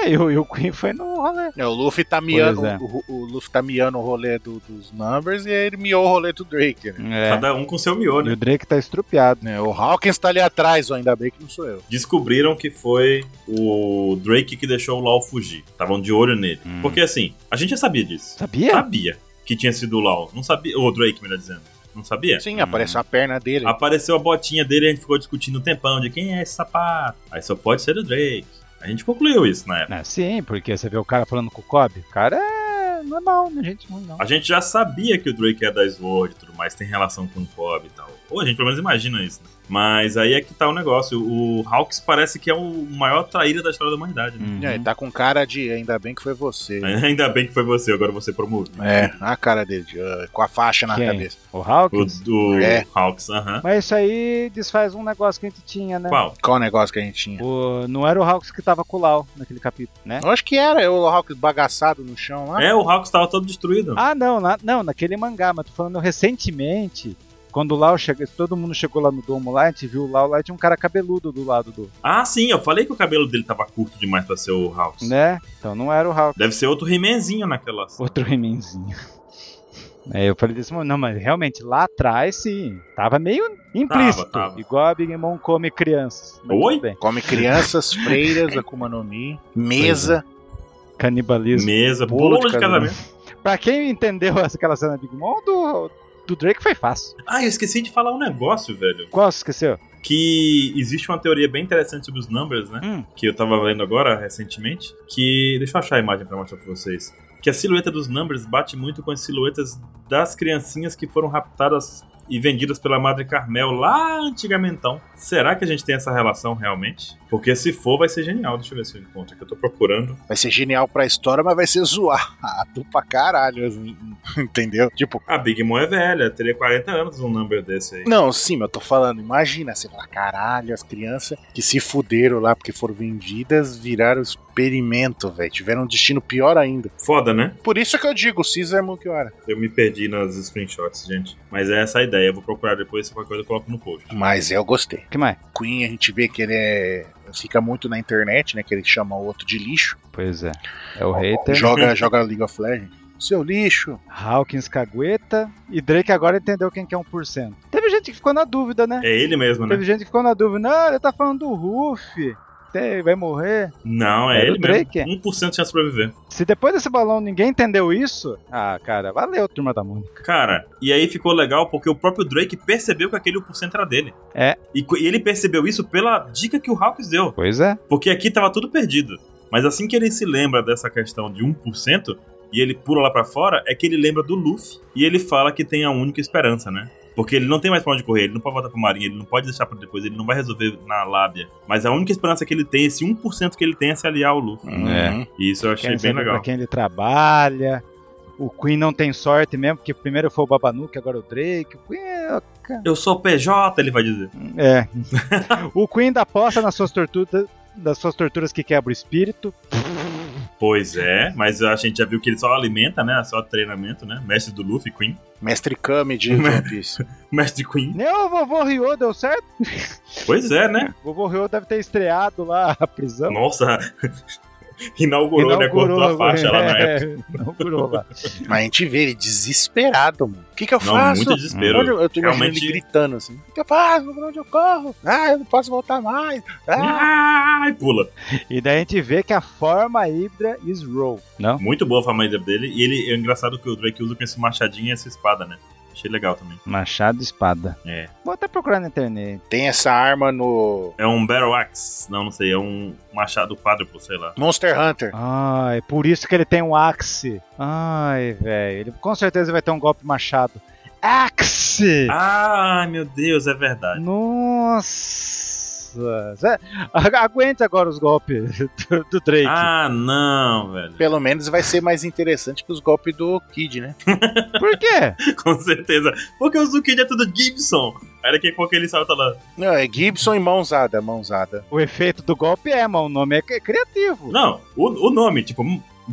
Speaker 4: É, e, o, e o Queen foi no rolê.
Speaker 3: É, o Luffy tá miando.
Speaker 4: é.
Speaker 3: O, o Luffy tá miando o rolê do- dos Numbers e aí ele miou o rolê do Drake, né?
Speaker 4: É.
Speaker 1: Cada um com seu miô,
Speaker 4: E
Speaker 1: né?
Speaker 4: o Drake tá estrupiado.
Speaker 3: É, O Hawkins tá ali atrás, ó, ainda bem que não sou eu.
Speaker 1: Descobriram que foi o Drake que deixou o Lau fugir. Estavam de olho nele.
Speaker 2: Hum.
Speaker 1: Porque assim, a gente já sabia disso.
Speaker 4: Sabia?
Speaker 1: Sabia que tinha sido o Lau. Não sabia. Ou o Drake, melhor dizendo. Não sabia?
Speaker 3: Sim, apareceu a perna
Speaker 1: Ah,
Speaker 3: dele.
Speaker 1: Apareceu a botinha dele e a gente ficou discutindo um tempão de quem é esse sapato. Aí só pode ser o Drake. A gente concluiu isso né? na época.
Speaker 4: Ah, sim, porque você vê o cara falando com o Kobe. O cara é normal, né? Gente ruim, não.
Speaker 1: A gente já sabia que o Drake é da Sword e tudo mais, tem relação com o Cobb e tal. Ou a gente pelo menos imagina isso, né? Mas aí é que tá o negócio. O Hawks parece que é o maior traíra da história da humanidade, né?
Speaker 2: Uhum.
Speaker 3: É, ele tá com cara de ainda bem que foi você.
Speaker 1: Ainda bem que foi você, agora você promovido.
Speaker 3: É, a cara dele, de, ah, com a faixa na
Speaker 4: Quem?
Speaker 3: cabeça.
Speaker 4: O Hawkins.
Speaker 1: O do
Speaker 3: É.
Speaker 1: Hawks, aham.
Speaker 4: Mas isso aí desfaz um negócio que a gente tinha, né?
Speaker 1: Qual?
Speaker 3: Qual o negócio que a gente tinha?
Speaker 4: O- não era o Hawks que tava com o Lau naquele capítulo, né?
Speaker 3: Eu acho que era eu, o Hawkins bagaçado no chão lá.
Speaker 1: É, o Hawks tava todo destruído.
Speaker 4: Ah, não, na- não, naquele mangá, mas tô falando recentemente, quando o Lau chegou, todo mundo chegou lá no domo lá, a gente viu o Lau lá e tinha um cara cabeludo do lado do.
Speaker 1: Ah, sim, eu falei que o cabelo dele tava curto demais pra ser o Hawks.
Speaker 4: Né? Então não era o Hawks.
Speaker 1: Deve ser outro Rimenzinho naquela.
Speaker 4: Outro remenzinho. É, eu falei desse momento, não, mas realmente lá atrás sim, tava meio implícito.
Speaker 1: tava.
Speaker 4: Igual a Big Mom come crianças. Mas
Speaker 1: Oi?
Speaker 4: tudo bem.
Speaker 3: Come crianças, freiras, Akuma no Mi, mesa.
Speaker 4: Canibalismo.
Speaker 1: Mesa,
Speaker 3: Bolo
Speaker 1: bolo,
Speaker 3: de
Speaker 1: de casamento.
Speaker 4: Pra quem entendeu aquela cena da Big Mom, do, do Drake foi fácil.
Speaker 1: Ah, eu esqueci de falar um negócio, velho.
Speaker 4: Qual você esqueceu?
Speaker 1: Que existe uma teoria bem interessante sobre os numbers, né?
Speaker 4: Hum.
Speaker 1: Que eu tava lendo agora, recentemente. Que. Deixa eu achar a imagem pra mostrar pra vocês. Que a silhueta dos numbers bate muito com as silhuetas das criancinhas que foram raptadas e vendidas pela Madre Carmel lá antigamente. Então, Será que a gente tem essa relação realmente? Porque se for, vai ser genial. Deixa eu ver se eu encontro que eu tô procurando.
Speaker 3: Vai ser genial pra história, mas vai ser zoado pra caralho. assim, Entendeu? Tipo,
Speaker 1: A Big Mom é velha, teria 40 anos um number desse aí.
Speaker 3: não, sim, mas eu tô falando. Imagina, você fala, caralho, as crianças que se fuderam lá porque foram vendidas viraram experimento, velho. Tiveram um destino pior ainda.
Speaker 1: Foda, né?
Speaker 3: Por isso que eu digo, Caesar Mugiwara.
Speaker 1: Eu me perdi nas screenshots, gente. Mas é essa a ideia. Eu vou procurar depois, se qualquer coisa eu coloco no post.
Speaker 3: Mas eu gostei.
Speaker 4: O que mais?
Speaker 3: Queen, a gente vê que ele é. Fica muito na internet, né? Que ele chama o outro de lixo.
Speaker 4: Pois é. É o hater.
Speaker 3: Joga, joga League of Legends. Seu lixo.
Speaker 4: Hawkins cagueta. E Drake agora entendeu quem que é 1%. Teve gente que ficou na dúvida, né?
Speaker 1: É ele mesmo, né?
Speaker 4: Teve gente que ficou na dúvida. Não, ele tá falando do Ruff. Tem- Vai morrer.
Speaker 1: Não, é
Speaker 4: Era
Speaker 1: ele
Speaker 4: o Drake?
Speaker 1: mesmo. 1% de chance de sobreviver.
Speaker 4: Se depois desse balão ninguém entendeu isso. Ah, cara, valeu, turma da Mônica.
Speaker 1: Cara, e aí ficou legal porque o próprio Drake percebeu que aquele 1% era dele.
Speaker 4: É.
Speaker 1: E, co- e ele percebeu isso pela dica que o Hawks deu.
Speaker 4: Pois é.
Speaker 1: Porque aqui tava tudo perdido. Mas assim que ele se lembra dessa questão de 1%, e ele pula lá pra fora, é que ele lembra do Luffy. E ele fala que tem a única esperança, né? Porque ele não tem mais pra onde correr, ele não pode voltar pra marinha, ele não pode deixar pra depois, ele não vai resolver na lábia. Mas a única esperança que ele tem, esse 1% que ele tem é se aliar ao Luffy.
Speaker 2: É.
Speaker 3: Uhum.
Speaker 1: E isso eu achei
Speaker 4: Quer
Speaker 1: bem
Speaker 4: saber
Speaker 1: legal.
Speaker 4: pra quem ele trabalha. O Queen não tem sorte mesmo, porque primeiro foi o Babanuke, agora o Drake. O Queen é.
Speaker 1: Eu sou PJ, ele vai dizer.
Speaker 4: é. o Queen ainda aposta nas suas torturas, das suas torturas que quebra o espírito.
Speaker 1: Pois é, mas a gente já viu que ele só alimenta, né? Só treinamento, né? Mestre do Luffy, Queen.
Speaker 3: Mestre Kami de One Piece.
Speaker 1: Mestre Queen.
Speaker 4: Nem o vovô Ryo deu certo.
Speaker 1: Pois é, né?
Speaker 4: O vovô Ryo deve ter estreado lá a prisão.
Speaker 1: Nossa, Então. Inaugurou, né? Cortou a faixa lá na
Speaker 4: é,
Speaker 1: época.
Speaker 4: Inaugurou lá.
Speaker 3: Mas a gente vê ele desesperado, mano. O que, que eu
Speaker 1: Não,
Speaker 3: faço?
Speaker 1: muito desespero.
Speaker 3: Onde eu, eu tô imaginando
Speaker 1: Realmente-
Speaker 3: ele gritando assim. O que, que eu faço? Pra onde eu corro? Ah, eu não posso voltar mais. Ah,
Speaker 1: Ai, pula.
Speaker 4: E daí a gente vê que a forma híbrida is roll. Não?
Speaker 1: Muito boa a forma híbrida dele. E ele é engraçado que o Drake usa com esse machadinho e essa espada, né? Achei legal também.
Speaker 4: Machado e espada.
Speaker 1: É.
Speaker 4: Vou até procurar na internet.
Speaker 3: tem essa arma no
Speaker 1: É um Battle Axe. Não, não sei. É um machado quádruplo, sei lá.
Speaker 3: Monster Hunter.
Speaker 4: Ah, é por isso que ele tem um axe. Ai, velho. Ele com certeza vai ter um golpe machado. Axe!
Speaker 1: Ai, meu Deus, é verdade.
Speaker 4: Nossa! Zé, a- Aguente agora os golpes do, do Drake.
Speaker 1: Ah, não, velho.
Speaker 3: Pelo menos vai ser mais interessante que os golpes do Kid, né?
Speaker 4: Por quê?
Speaker 1: Com certeza. Porque o Zuki é tudo Gibson. Aí daqui a pouco ele salta lá.
Speaker 3: Não, é Gibson e mãozada, mãozada.
Speaker 4: O efeito do golpe é, mas o nome é cri- criativo.
Speaker 1: Não, o, o nome, tipo,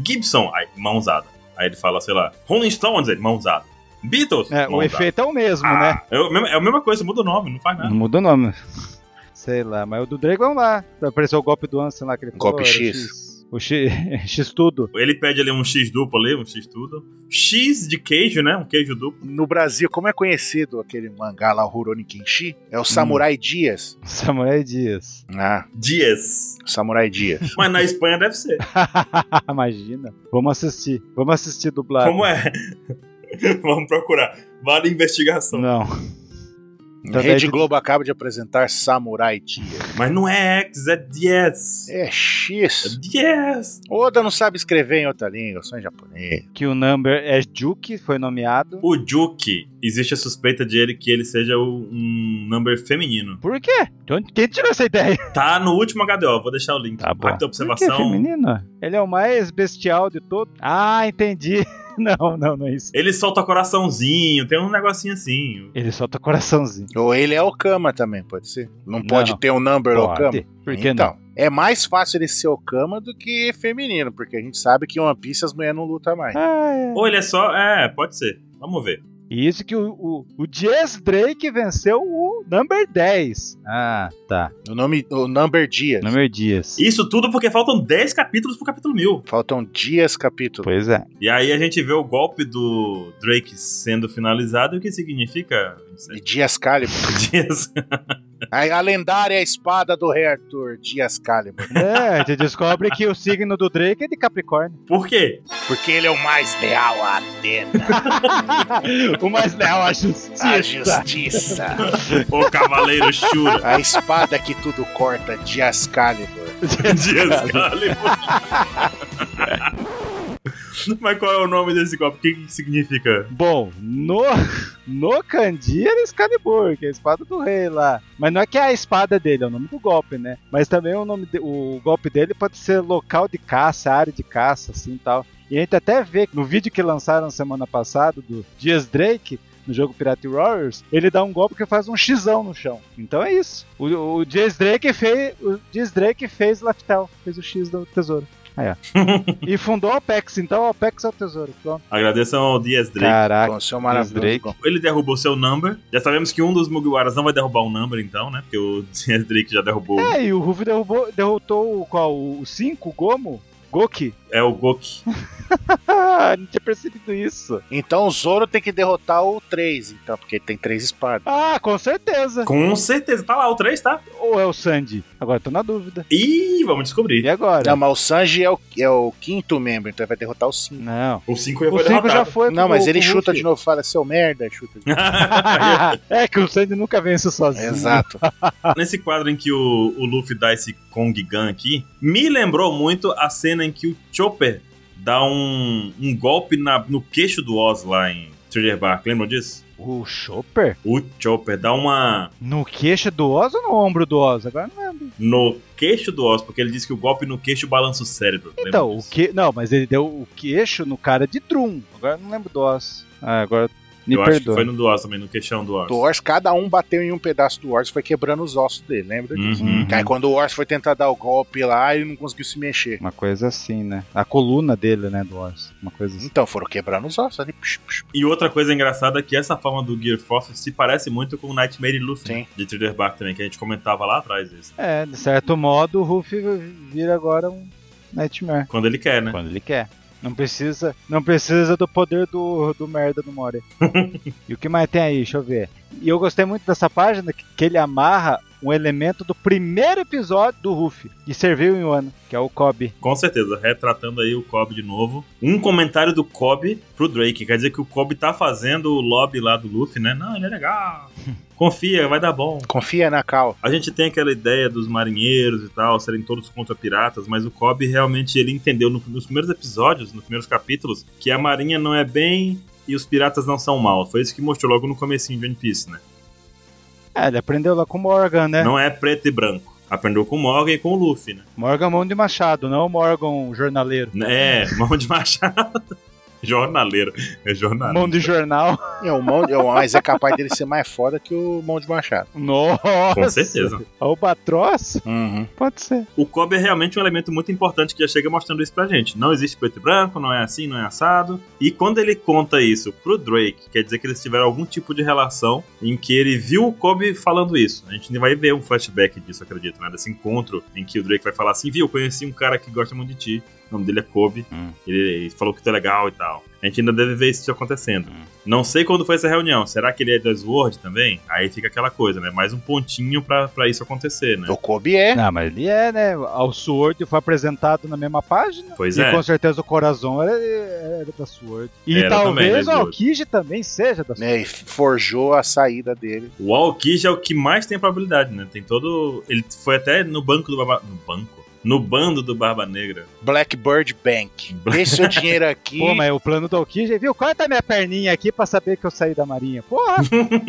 Speaker 1: Gibson, aí, mãozada. Aí ele fala, sei lá, Rolling Stones, aí, mãozada. Beatles,
Speaker 4: É, o
Speaker 1: mãozada.
Speaker 4: efeito é o mesmo, né?
Speaker 1: Ah, é, o mesmo- é a mesma coisa, muda o nome, não faz nada.
Speaker 4: Não muda o nome. Sei lá, mas o do Drake, vamos lá. Apareceu o golpe do Ansem lá que ele
Speaker 3: Golpe
Speaker 4: era o
Speaker 3: X.
Speaker 4: O X, X tudo.
Speaker 1: Ele pede ali um X duplo ali, um X tudo. X de queijo, né? Um queijo duplo.
Speaker 3: No Brasil, como é conhecido aquele mangá lá, o Rurouni Kenshin? É o Samurai Dias.
Speaker 4: Samurai Dias.
Speaker 3: Ah,
Speaker 1: Dias.
Speaker 3: Samurai Dias.
Speaker 1: Mas na Espanha deve ser.
Speaker 4: Ah, Imagina. Vamos assistir. Vamos assistir dublado.
Speaker 1: Como é? Vamos procurar. Vale a investigação.
Speaker 4: Não. Então, Também
Speaker 3: Rede
Speaker 4: de-
Speaker 3: Globo acaba de apresentar Samurai Dias.
Speaker 1: Mas não é X, é Dias.
Speaker 3: É
Speaker 1: É
Speaker 3: X.
Speaker 1: Dias.
Speaker 3: Oda não sabe escrever em outra língua, só em japonês.
Speaker 4: Que o number é Juke, foi nomeado.
Speaker 1: O Juke, existe a suspeita de ele que ele seja o- um number feminino.
Speaker 4: Por quê? De onde- Quem tirou essa ideia?
Speaker 1: Tá no último HDO, vou deixar o link.
Speaker 2: Tá bom.
Speaker 1: Pacto da
Speaker 4: Por que
Speaker 1: observação.
Speaker 4: feminino? Ele é o mais bestial de todos. Ah, entendi. Não, não, não é isso.
Speaker 1: Ele solta coraçãozinho, tem um negocinho assim.
Speaker 4: Ele solta coraçãozinho.
Speaker 3: Ou ele é Okama também, pode ser? Não pode
Speaker 4: Não.
Speaker 3: ter um number Okama?
Speaker 4: Por que não?
Speaker 3: então, é mais fácil ele ser Okama do que feminino, porque a gente sabe que em One Piece as mulheres não lutam mais.
Speaker 4: Ah, é.
Speaker 1: Ou ele é só. É, pode ser. Vamos ver.
Speaker 4: E isso que o, o, o Jazz Drake venceu o number 10. Ah, tá.
Speaker 3: O nome, o number Dias.
Speaker 4: Number Dias.
Speaker 1: Isso tudo porque faltam 10 capítulos pro capítulo 1000.
Speaker 3: Faltam dias capítulo.
Speaker 4: Pois é.
Speaker 1: E aí a gente vê o golpe do Drake sendo finalizado, o que significa
Speaker 3: E Dias Calibur.
Speaker 1: dias.
Speaker 3: A, a lendária espada do rei Arthur, Dias Calibur.
Speaker 4: É, a gente descobre que o signo do Drake é de Capricórnio.
Speaker 1: Por quê?
Speaker 3: Porque ele é o mais leal à Atena,
Speaker 4: o mais leal à
Speaker 3: à
Speaker 4: justiça.
Speaker 3: justiça.
Speaker 1: O Cavaleiro Shura.
Speaker 3: A espada que tudo corta, Dias Calibur.
Speaker 1: Dias Calibur. Mas qual é o nome desse golpe? O que, que significa?
Speaker 4: Bom, no, no Candia era Excalibur, que é a espada do rei lá. Mas não é que é a espada dele, é o nome do golpe, né? Mas também o, nome de- o golpe dele pode ser local de caça, área de caça, assim e tal. E a gente até vê que no vídeo que lançaram semana passada do Dias Drake, no jogo Pirate Warriors, ele dá um golpe que faz um xão no chão. Então é isso. O, o Dias Drake fez. O Dias Drake fez Laftel, fez o X do tesouro. Aí, ó. e fundou a Apex, então a Apex é o tesouro. Pronto.
Speaker 1: Agradeçam ao Dias Drake.
Speaker 4: Caraca.
Speaker 3: Com seu maravilhoso
Speaker 2: Drake.
Speaker 3: golpe.
Speaker 1: Ele derrubou seu number. Já sabemos que um dos Mugiwaras não vai derrubar o number, então, né? Porque o Dias Drake já derrubou. É,
Speaker 4: É, e o Ruff derrubou, derrotou o qual? O 5, o Gomo? Goki?
Speaker 1: É, o Goki.
Speaker 4: Ah, não tinha percebido isso.
Speaker 3: Então o Zoro tem que derrotar o 3, então, porque ele tem três espadas.
Speaker 4: Ah, com certeza.
Speaker 1: Com certeza. Tá lá o 3, tá?
Speaker 4: Ou é o Sandy? Agora tô na dúvida.
Speaker 1: Ih, vamos descobrir.
Speaker 4: E agora?
Speaker 3: Não, mas o Sanji é o, é o quinto membro, então ele vai derrotar o 5.
Speaker 4: Não.
Speaker 1: O 5 já
Speaker 4: O
Speaker 1: foi
Speaker 4: 5 já
Speaker 1: derrotado.
Speaker 4: foi.
Speaker 3: Não,
Speaker 4: com
Speaker 3: mas
Speaker 4: o-
Speaker 3: ele
Speaker 4: com o
Speaker 3: chuta
Speaker 4: Luffy.
Speaker 3: de novo, fala, seu merda, chuta de novo.
Speaker 4: é que o Sandy nunca vence sozinho.
Speaker 3: Exato.
Speaker 1: Nesse quadro em que o, o Luffy dá esse Kong Gun aqui, me lembrou muito a cena em que o Chopper dá um, um golpe na- no queixo do Oz lá em Thriller Bark. Lembram disso?
Speaker 4: O Chopper?
Speaker 1: O Chopper dá uma
Speaker 4: No queixo do Oz ou no ombro do Oz? Agora não lembro.
Speaker 1: no queixo do Oz, porque ele disse que o golpe no queixo balança o cérebro. Lembram
Speaker 4: Então, o
Speaker 1: disso?
Speaker 4: que... Não, mas ele deu o queixo no cara de Drum. Agora não lembro do Oz. Ah, agora me
Speaker 1: Eu acho que
Speaker 4: perdoa.
Speaker 1: foi no do Oz também, no queixão do Oz.
Speaker 3: Do Ors, cada um bateu em um pedaço do Ors e foi quebrando os ossos dele, lembra disso?
Speaker 1: Uhum.
Speaker 3: Aí quando o Ors foi tentar dar o golpe lá, ele não conseguiu se mexer.
Speaker 4: Uma coisa assim, né? A coluna dele, né, do Oz. Uma coisa assim.
Speaker 3: Então foram quebrando os ossos ali. Psh, psh.
Speaker 1: E outra coisa engraçada é que essa forma do Gear Force se parece muito com o Nightmare Luffy né?
Speaker 3: Sim.
Speaker 1: de Thriller Bark também, que a gente comentava lá atrás. Isso.
Speaker 4: É, de certo modo, o Ruffy vira agora um Nightmare.
Speaker 1: Quando ele quer, né?
Speaker 2: Quando ele quer.
Speaker 4: Não precisa, não precisa do poder do, do merda do Mori. e o que mais tem aí? Deixa eu ver. E eu gostei muito dessa página que, que ele amarra um elemento do primeiro episódio do Ruffy. E serviu em um ano, que é o Kobe.
Speaker 1: Com certeza, retratando aí o Cobb de novo. Um comentário do Cobb pro Drake. Quer dizer que o Cobb tá fazendo o lobby lá do Luffy, né? Não, ele é legal. Confia, vai dar bom.
Speaker 3: Confia na Cal.
Speaker 1: A gente tem aquela ideia dos marinheiros e tal, serem todos contra piratas, mas o Cobb realmente ele entendeu no- nos primeiros episódios, nos primeiros capítulos, que a marinha não é bem e os piratas não são mal. Foi isso que mostrou logo no comecinho de One Piece, né?
Speaker 4: É, ele aprendeu lá com o Morgan, né?
Speaker 1: Não é preto e branco. Aprendeu com o Morgan e com o Luffy, né?
Speaker 4: Morgan Mão de Machado, não o Morgan um jornaleiro.
Speaker 1: É, mão de machado. Jornaleiro. É jornaleiro.
Speaker 4: Mão de jornal.
Speaker 3: É o mão, é o- mas é capaz dele ser mais foda que o mão de machado.
Speaker 4: Nossa!
Speaker 1: Com certeza.
Speaker 4: Albatroz?
Speaker 3: Uhum.
Speaker 4: Pode ser.
Speaker 1: O Cobb é realmente um elemento muito importante que já chega mostrando isso pra gente. Não existe preto e branco, não é assim, não é assado. E quando ele conta isso pro Drake, quer dizer que eles tiveram algum tipo de relação em que ele viu o Cobb falando isso. A gente vai ver um flashback disso, acredito, né? Desse encontro em que o Drake vai falar assim: viu, eu conheci um cara que gosta muito de ti. O nome dele é Kobe.
Speaker 2: Hum.
Speaker 1: Ele falou que tu é legal e tal. A gente ainda deve ver isso acontecendo.
Speaker 2: Hum.
Speaker 1: Não sei quando foi essa reunião. Será que ele é da Sword também? Aí fica aquela coisa, né? Mais um pontinho pra pra isso acontecer, né?
Speaker 3: O Kobe é.
Speaker 2: Ah, mas
Speaker 4: Ele é, né? Ao Sword foi apresentado na mesma página.
Speaker 1: Pois
Speaker 4: e
Speaker 1: é.
Speaker 4: com certeza o Corazon era, era da Sword. E
Speaker 1: Era também,
Speaker 4: talvez
Speaker 1: né,
Speaker 4: o
Speaker 1: Sword.
Speaker 4: Alkiji também seja da Sword.
Speaker 3: Né, e forjou a saída dele.
Speaker 1: O Alkij é o que mais tem probabilidade, né? Tem todo. Ele foi até no banco do Barba. No banco? No bando do Barba Negra.
Speaker 3: Blackbird Bank. Deixa seu dinheiro aqui.
Speaker 4: Pô, mas o plano do Alkiji, viu? Corta minha perninha aqui pra saber que eu saí da marinha. Porra!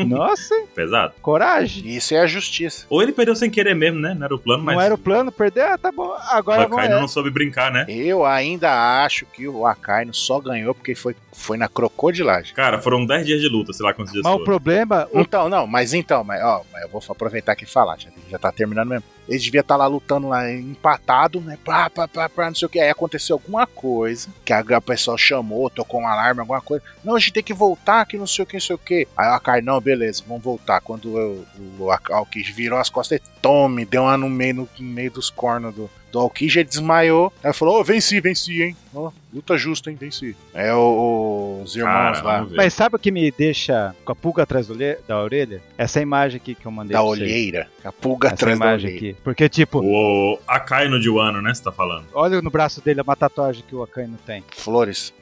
Speaker 4: Nossa, hein?
Speaker 1: Pesado.
Speaker 4: coragem.
Speaker 3: Isso é a justiça.
Speaker 1: Ou ele perdeu sem querer mesmo, né? Não era o plano, mas.
Speaker 4: Não era o plano, perdeu? Ah, tá bom.
Speaker 1: o
Speaker 4: Agora vamos. é.
Speaker 1: Akainu não soube brincar, né?
Speaker 3: Eu ainda acho que o Akainu só ganhou porque foi, foi na crocodilagem.
Speaker 1: Cara, foram 10 dias de luta, sei lá quantos dias
Speaker 4: Mas o
Speaker 1: foram.
Speaker 4: problema, o
Speaker 3: Então, não, mas então, mas, ó, mas eu vou aproveitar aqui e falar, já, já tá terminando mesmo. Ele devia estar lá lutando lá, empatado, né? Pá, pá, pá, pá, não sei o que. Aí aconteceu alguma coisa, que a, o pessoal chamou, tocou um alarme, alguma coisa. Não, a gente tem que voltar, que não sei o que, não sei o que. Aí o Akainu, não, beleza, vamos voltar. Quando eu, o Ak- Alkij virou as costas, ele, tome, deu uma no meio, no, meio dos cornos do, do Alkij, ele desmaiou. Aí falou, ô, venci, venci, hein? Ó, luta justa, hein, venci. É o-
Speaker 4: é
Speaker 3: os irmãos
Speaker 1: Cara,
Speaker 3: lá.
Speaker 1: vamos ver.
Speaker 4: Mas sabe o que me deixa com a pulga atrás do olhe- da orelha? Essa imagem aqui que eu mandei
Speaker 3: Da
Speaker 4: pra vocês.
Speaker 3: olheira, a pulga
Speaker 4: Essa
Speaker 3: atrás da
Speaker 4: imagem
Speaker 3: olheira.
Speaker 4: aqui. Porque, tipo,
Speaker 1: O Akainu de Wano, né? Você tá falando.
Speaker 4: olha no braço dele é uma tatuagem que o Akainu tem.
Speaker 3: Flores.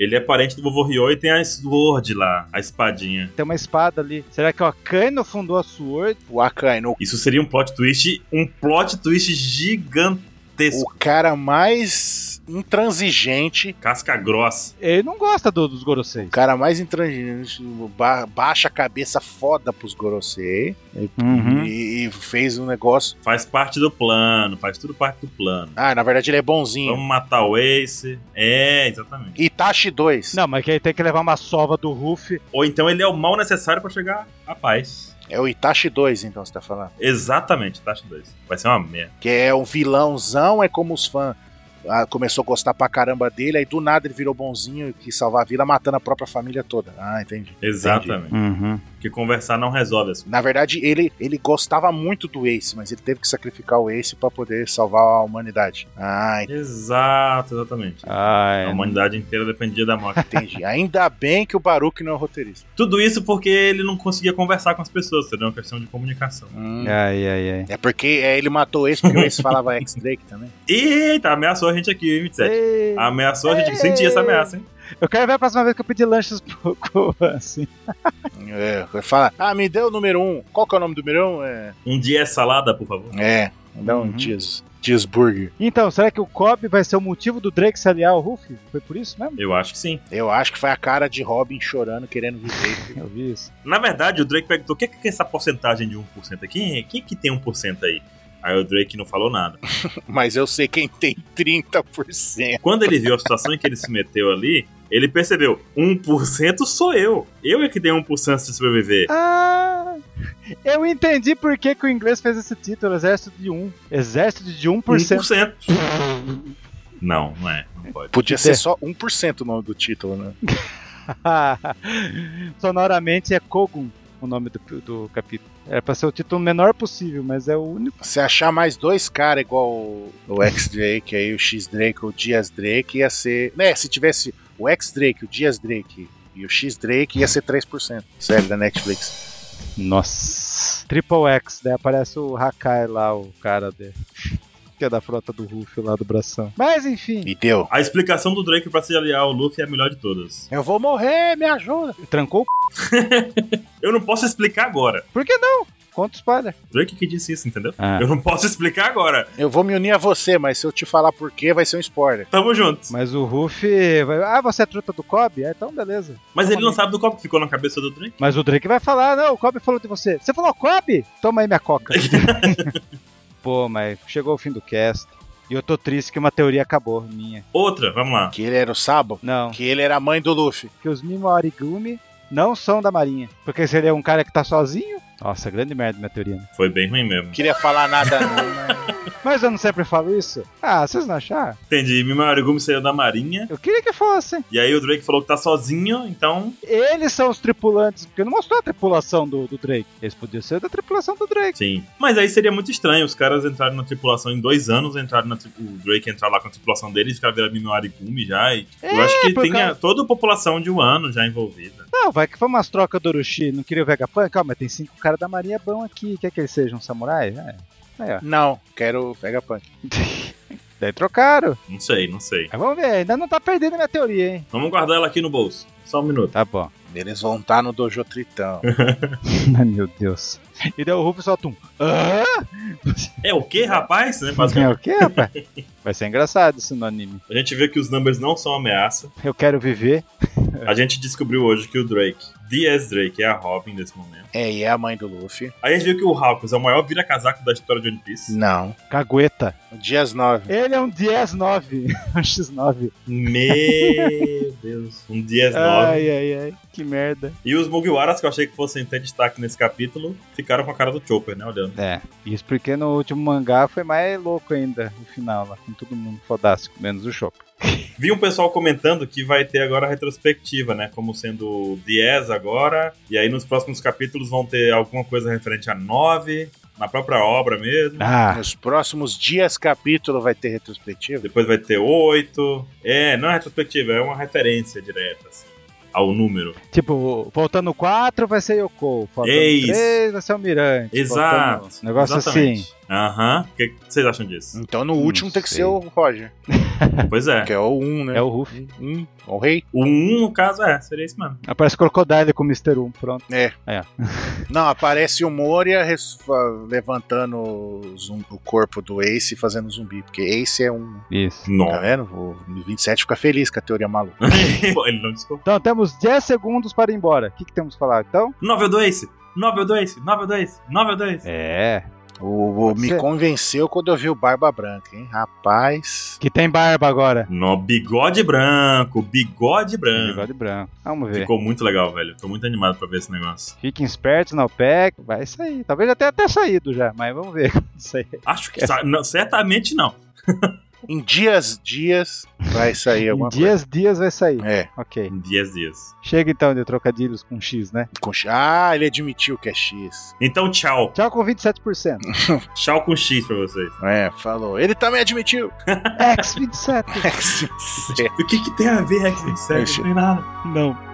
Speaker 1: Ele é parente do vovô Ryo e tem a Sword lá, a espadinha.
Speaker 4: Tem uma espada ali. Será que o Akainu fundou a Sword?
Speaker 3: O Akainu,
Speaker 1: Isso seria um plot twist, um plot twist
Speaker 3: o
Speaker 1: gigantesco.
Speaker 3: cara mais intransigente,
Speaker 1: Casca grossa.
Speaker 4: Ele não gosta do- dos
Speaker 3: o
Speaker 4: Goroseis.
Speaker 3: cara mais intransigente, ba- baixa a cabeça foda pros Gorosei
Speaker 4: Hum?
Speaker 3: e, e fez um negócio.
Speaker 1: Faz parte do plano, faz tudo parte do plano.
Speaker 3: Ah, na verdade ele é bonzinho.
Speaker 1: Vamos matar o Ace. É, exatamente.
Speaker 3: Itachi 2
Speaker 4: Não, mas que ele tem que levar uma sova do Ruff.
Speaker 1: Ou então ele é o mal necessário pra chegar à paz.
Speaker 3: é o Itachi 2, então você tá falando.
Speaker 1: Exatamente, taxa 2. Vai ser uma merda.
Speaker 3: Que é um vilãozão, é como os fãs. ah, começou a gostar pra caramba dele, aí do nada ele virou bonzinho e quis salvar a vila, matando a própria família toda. Ah, entendi.
Speaker 1: Exatamente. Porque conversar não resolve as coisas.
Speaker 3: Na verdade, ele, ele gostava muito do Ace, mas ele teve que sacrificar o Ace pra poder salvar a humanidade. Ah,
Speaker 1: Exato, exatamente.
Speaker 4: Ai,
Speaker 1: A humanidade inteira dependia da morte.
Speaker 3: É. entendi. Ainda bem que o Baruch não é roteirista.
Speaker 1: Tudo isso porque ele não conseguia conversar com as pessoas, seria uma questão de comunicação.
Speaker 4: ai, ai, ai.
Speaker 3: Hum. É porque é, ele matou o Ace, porque o Ace falava X-Drake também.
Speaker 1: Eita, ameaçou a gente aqui, hein, 27.
Speaker 4: Ei,
Speaker 1: Ameaçou a gente, senti essa ameaça, hein?
Speaker 4: Eu quero ver a próxima vez que eu pedir lanches pro Gohan, assim.
Speaker 3: É, ele fala, ah, me deu o número um. Qual que é o nome do número um? É,
Speaker 1: Um dia é salada, por favor.
Speaker 3: é dá um
Speaker 4: Uhum.
Speaker 3: cheese- cheeseburger.
Speaker 4: Então, será que o Cobb vai ser o motivo do Drake se aliar ao Ruff? Foi por isso mesmo?
Speaker 1: Eu acho que sim.
Speaker 3: Eu acho que foi a cara de Robin chorando, querendo viver.
Speaker 4: Eu vi isso.
Speaker 1: Na verdade, o Drake perguntou: o que é que é essa porcentagem de 1% aqui? Quem, quem que tem 1% aí? Aí o Drake não falou nada.
Speaker 3: mas eu sei quem tem 30%.
Speaker 1: Quando ele viu a situação em que ele se meteu ali, ele percebeu: 1% sou eu. Eu é que tenho 1% de sobreviver.
Speaker 4: Ah, eu entendi por que, que o inglês fez esse título, Exército de 1. Exército de 1%.
Speaker 1: 1%. Não, não é. Não pode.
Speaker 3: Podia
Speaker 4: É.
Speaker 3: ser só 1% o nome do título, né?
Speaker 4: Sonoramente é Kogun, o nome do, do capítulo. Era pra ser o título menor possível, mas é o único.
Speaker 3: Se achar mais dois caras igual o, o X-Drake aí, o X-Drake ou o Dias Drake, ia ser. Né, se tivesse o X-Drake, o Dias Drake e o X-Drake, ia ser 3%. Sério, da Netflix.
Speaker 2: Nossa.
Speaker 4: Triple X, daí aparece o Hakai lá, o cara dele. Que é da frota do Ruff lá do bração. Mas enfim,
Speaker 3: E deu.
Speaker 1: A explicação do Drake pra se aliar ao Luffy é a melhor de todas.
Speaker 3: Eu vou morrer, me ajuda.
Speaker 4: trancou o c...
Speaker 1: Eu não posso explicar agora.
Speaker 4: Por que não? Conta o spoiler.
Speaker 1: Drake que disse isso, entendeu?
Speaker 4: É.
Speaker 2: Ah.
Speaker 1: Eu não posso explicar agora.
Speaker 3: Eu vou me unir a você, mas se eu te falar por quê, vai ser um spoiler.
Speaker 1: Tamo junto.
Speaker 4: Mas o Ruff vai. Ah, você é truta do Kobe? Ah, então beleza.
Speaker 1: Mas ele não sabe do copo que ficou na cabeça do Drake.
Speaker 4: Mas o Drake vai falar, não, o Kobe falou de você. Você falou, Kobe? Toma aí minha coca. Pô, mas chegou o fim do cast. E eu tô triste que uma teoria acabou, minha.
Speaker 1: Outra, vamos lá.
Speaker 3: Que ele era o Sabo?
Speaker 4: Não,
Speaker 3: Que ele era a mãe do Luffy.
Speaker 4: que os Mimo Origumi não são da Marinha. Porque se ele é um cara que tá sozinho... Nossa, grande merda minha teoria. né?
Speaker 1: Foi bem ruim mesmo.
Speaker 3: Queria falar nada, não, mas-
Speaker 4: Mas eu não sempre falo isso. Ah, vocês não acharam?
Speaker 1: Entendi. Mimarigumi saiu da marinha.
Speaker 4: Eu queria que fosse.
Speaker 1: E aí o Drake falou que tá sozinho, então.
Speaker 4: Eles são os tripulantes, porque não mostrou a tripulação do, do Drake. Eles podiam ser da tripulação do Drake.
Speaker 1: Sim. Mas aí seria muito estranho. Os caras entraram na tripulação em dois anos, entraram na tri- o Drake entrar lá com a tripulação dele, os caras viraram Mimarigumi já. E eu acho que
Speaker 4: É, por
Speaker 1: tem
Speaker 4: causa-
Speaker 1: a- toda a população de um ano já envolvida.
Speaker 4: Não, vai que foi umas trocas do Orochi, não queria o Vegapunk? Calma, tem cinco caras da Marinha bom aqui. Quer que eles sejam samurais? É. Aí, ó.
Speaker 3: não, quero o Vegapunk.
Speaker 4: Daí trocaram.
Speaker 1: Não sei, não sei.
Speaker 4: Mas vamos ver, ainda não tá perdendo minha teoria, hein?
Speaker 1: Vamos guardar ela aqui no bolso. Só um minuto.
Speaker 4: Tá bom.
Speaker 3: Eles vão estar no Dojo Tritão.
Speaker 4: Ai, meu Deus. E daí o Rufus solta um. Hã?
Speaker 1: É o quê, rapaz? Né, basicamente.
Speaker 4: É o quê, rapaz? Vai ser engraçado isso no anime.
Speaker 1: A gente vê que os numbers não são ameaça.
Speaker 4: Eu quero viver.
Speaker 1: A gente descobriu hoje que o Drake, DS Drake, é a Robin nesse momento.
Speaker 3: É, e é a mãe do Luffy?
Speaker 1: Aí a gente viu que o Hawkins é o maior vira-casaco da história de One Piece.
Speaker 3: Não.
Speaker 4: Cagueta.
Speaker 3: Dias 9.
Speaker 4: Ele é um 10-9. Um X9.
Speaker 1: Meu Deus. Um DS 9.
Speaker 4: Ai, ai, ai. Que merda.
Speaker 1: E os Mugiwaras, que eu achei que fossem ter destaque nesse capítulo, ficaram com a cara do Chopper, né? Olhando.
Speaker 4: É, isso porque no último mangá foi mais louco ainda, o final lá, com todo mundo fodástico, menos o Chopper.
Speaker 1: Vi um pessoal comentando que vai ter agora a retrospectiva, né? Como sendo o Diez agora. E aí nos próximos capítulos vão ter alguma coisa referente a 9, na própria obra mesmo.
Speaker 4: Ah,
Speaker 3: Nos próximos dias, capítulo vai ter retrospectiva?
Speaker 1: Depois vai ter 8. É, não é retrospectiva, é uma referência direta, assim, ao número.
Speaker 4: tipo, faltando 4 vai ser Yoko, faltando
Speaker 1: É isso.
Speaker 4: 3 vai ser Almirante.
Speaker 1: Exato.
Speaker 4: faltando- Negócio assim.
Speaker 1: Exatamente. Aham. O que que vocês acham disso?
Speaker 3: Então no
Speaker 4: Não
Speaker 3: último tem que
Speaker 4: sei.
Speaker 3: ser o Roger,
Speaker 1: pois é.
Speaker 3: que é o 1, né?
Speaker 4: É o Ruff.
Speaker 3: Um, o rei?
Speaker 1: O 1, no caso, é, seria isso mesmo.
Speaker 4: Aparece Crocodile com o Mr. 1, pronto.
Speaker 3: É.
Speaker 4: É.
Speaker 3: Não, aparece o Moria res- fa- levantando o, zum- o corpo do Ace e fazendo zumbi, porque Ace é um.
Speaker 4: Isso.
Speaker 3: Tá
Speaker 1: Não.
Speaker 3: vendo? O 27 fica feliz com a teoria maluca.
Speaker 1: Pô, Ele não desculpa.
Speaker 4: Então temos 10 segundos para ir embora. O que, que temos que falar então?
Speaker 1: 9 do Ace! 9 do Ace! 9 do Ace! 9 do Ace!
Speaker 4: É.
Speaker 3: O, o-
Speaker 4: Pode
Speaker 3: me
Speaker 4: ser.
Speaker 3: convenceu quando eu vi o Barba Branca, hein? Rapaz.
Speaker 4: Que tem barba agora.
Speaker 1: No bigode branco, bigode branco.
Speaker 4: Bigode branco. Vamos ver.
Speaker 1: Ah. Ficou muito legal, velho. Tô muito animado pra ver esse negócio.
Speaker 4: Fiquem espertos na OPEC. Vai sair. Talvez já tenha até saído já, mas vamos ver quando sair.
Speaker 1: Acho que. sa- não, certamente não.
Speaker 3: Em dias, dias, vai sair
Speaker 4: Em
Speaker 3: alguma
Speaker 4: dias, dias vai sair.
Speaker 3: coisa. É.
Speaker 4: Ok.
Speaker 1: Em 10 dias.
Speaker 4: Chega então de trocadilhos com X, né?
Speaker 3: com X. ah, ele admitiu que é X.
Speaker 1: Então, tchau.
Speaker 4: Tchau com 27%.
Speaker 1: Tchau com X pra vocês.
Speaker 3: É, falou. Ele também admitiu. É,
Speaker 4: X27.
Speaker 1: O que, que tem a ver, Rex? Sério, não tem nada.
Speaker 4: Não.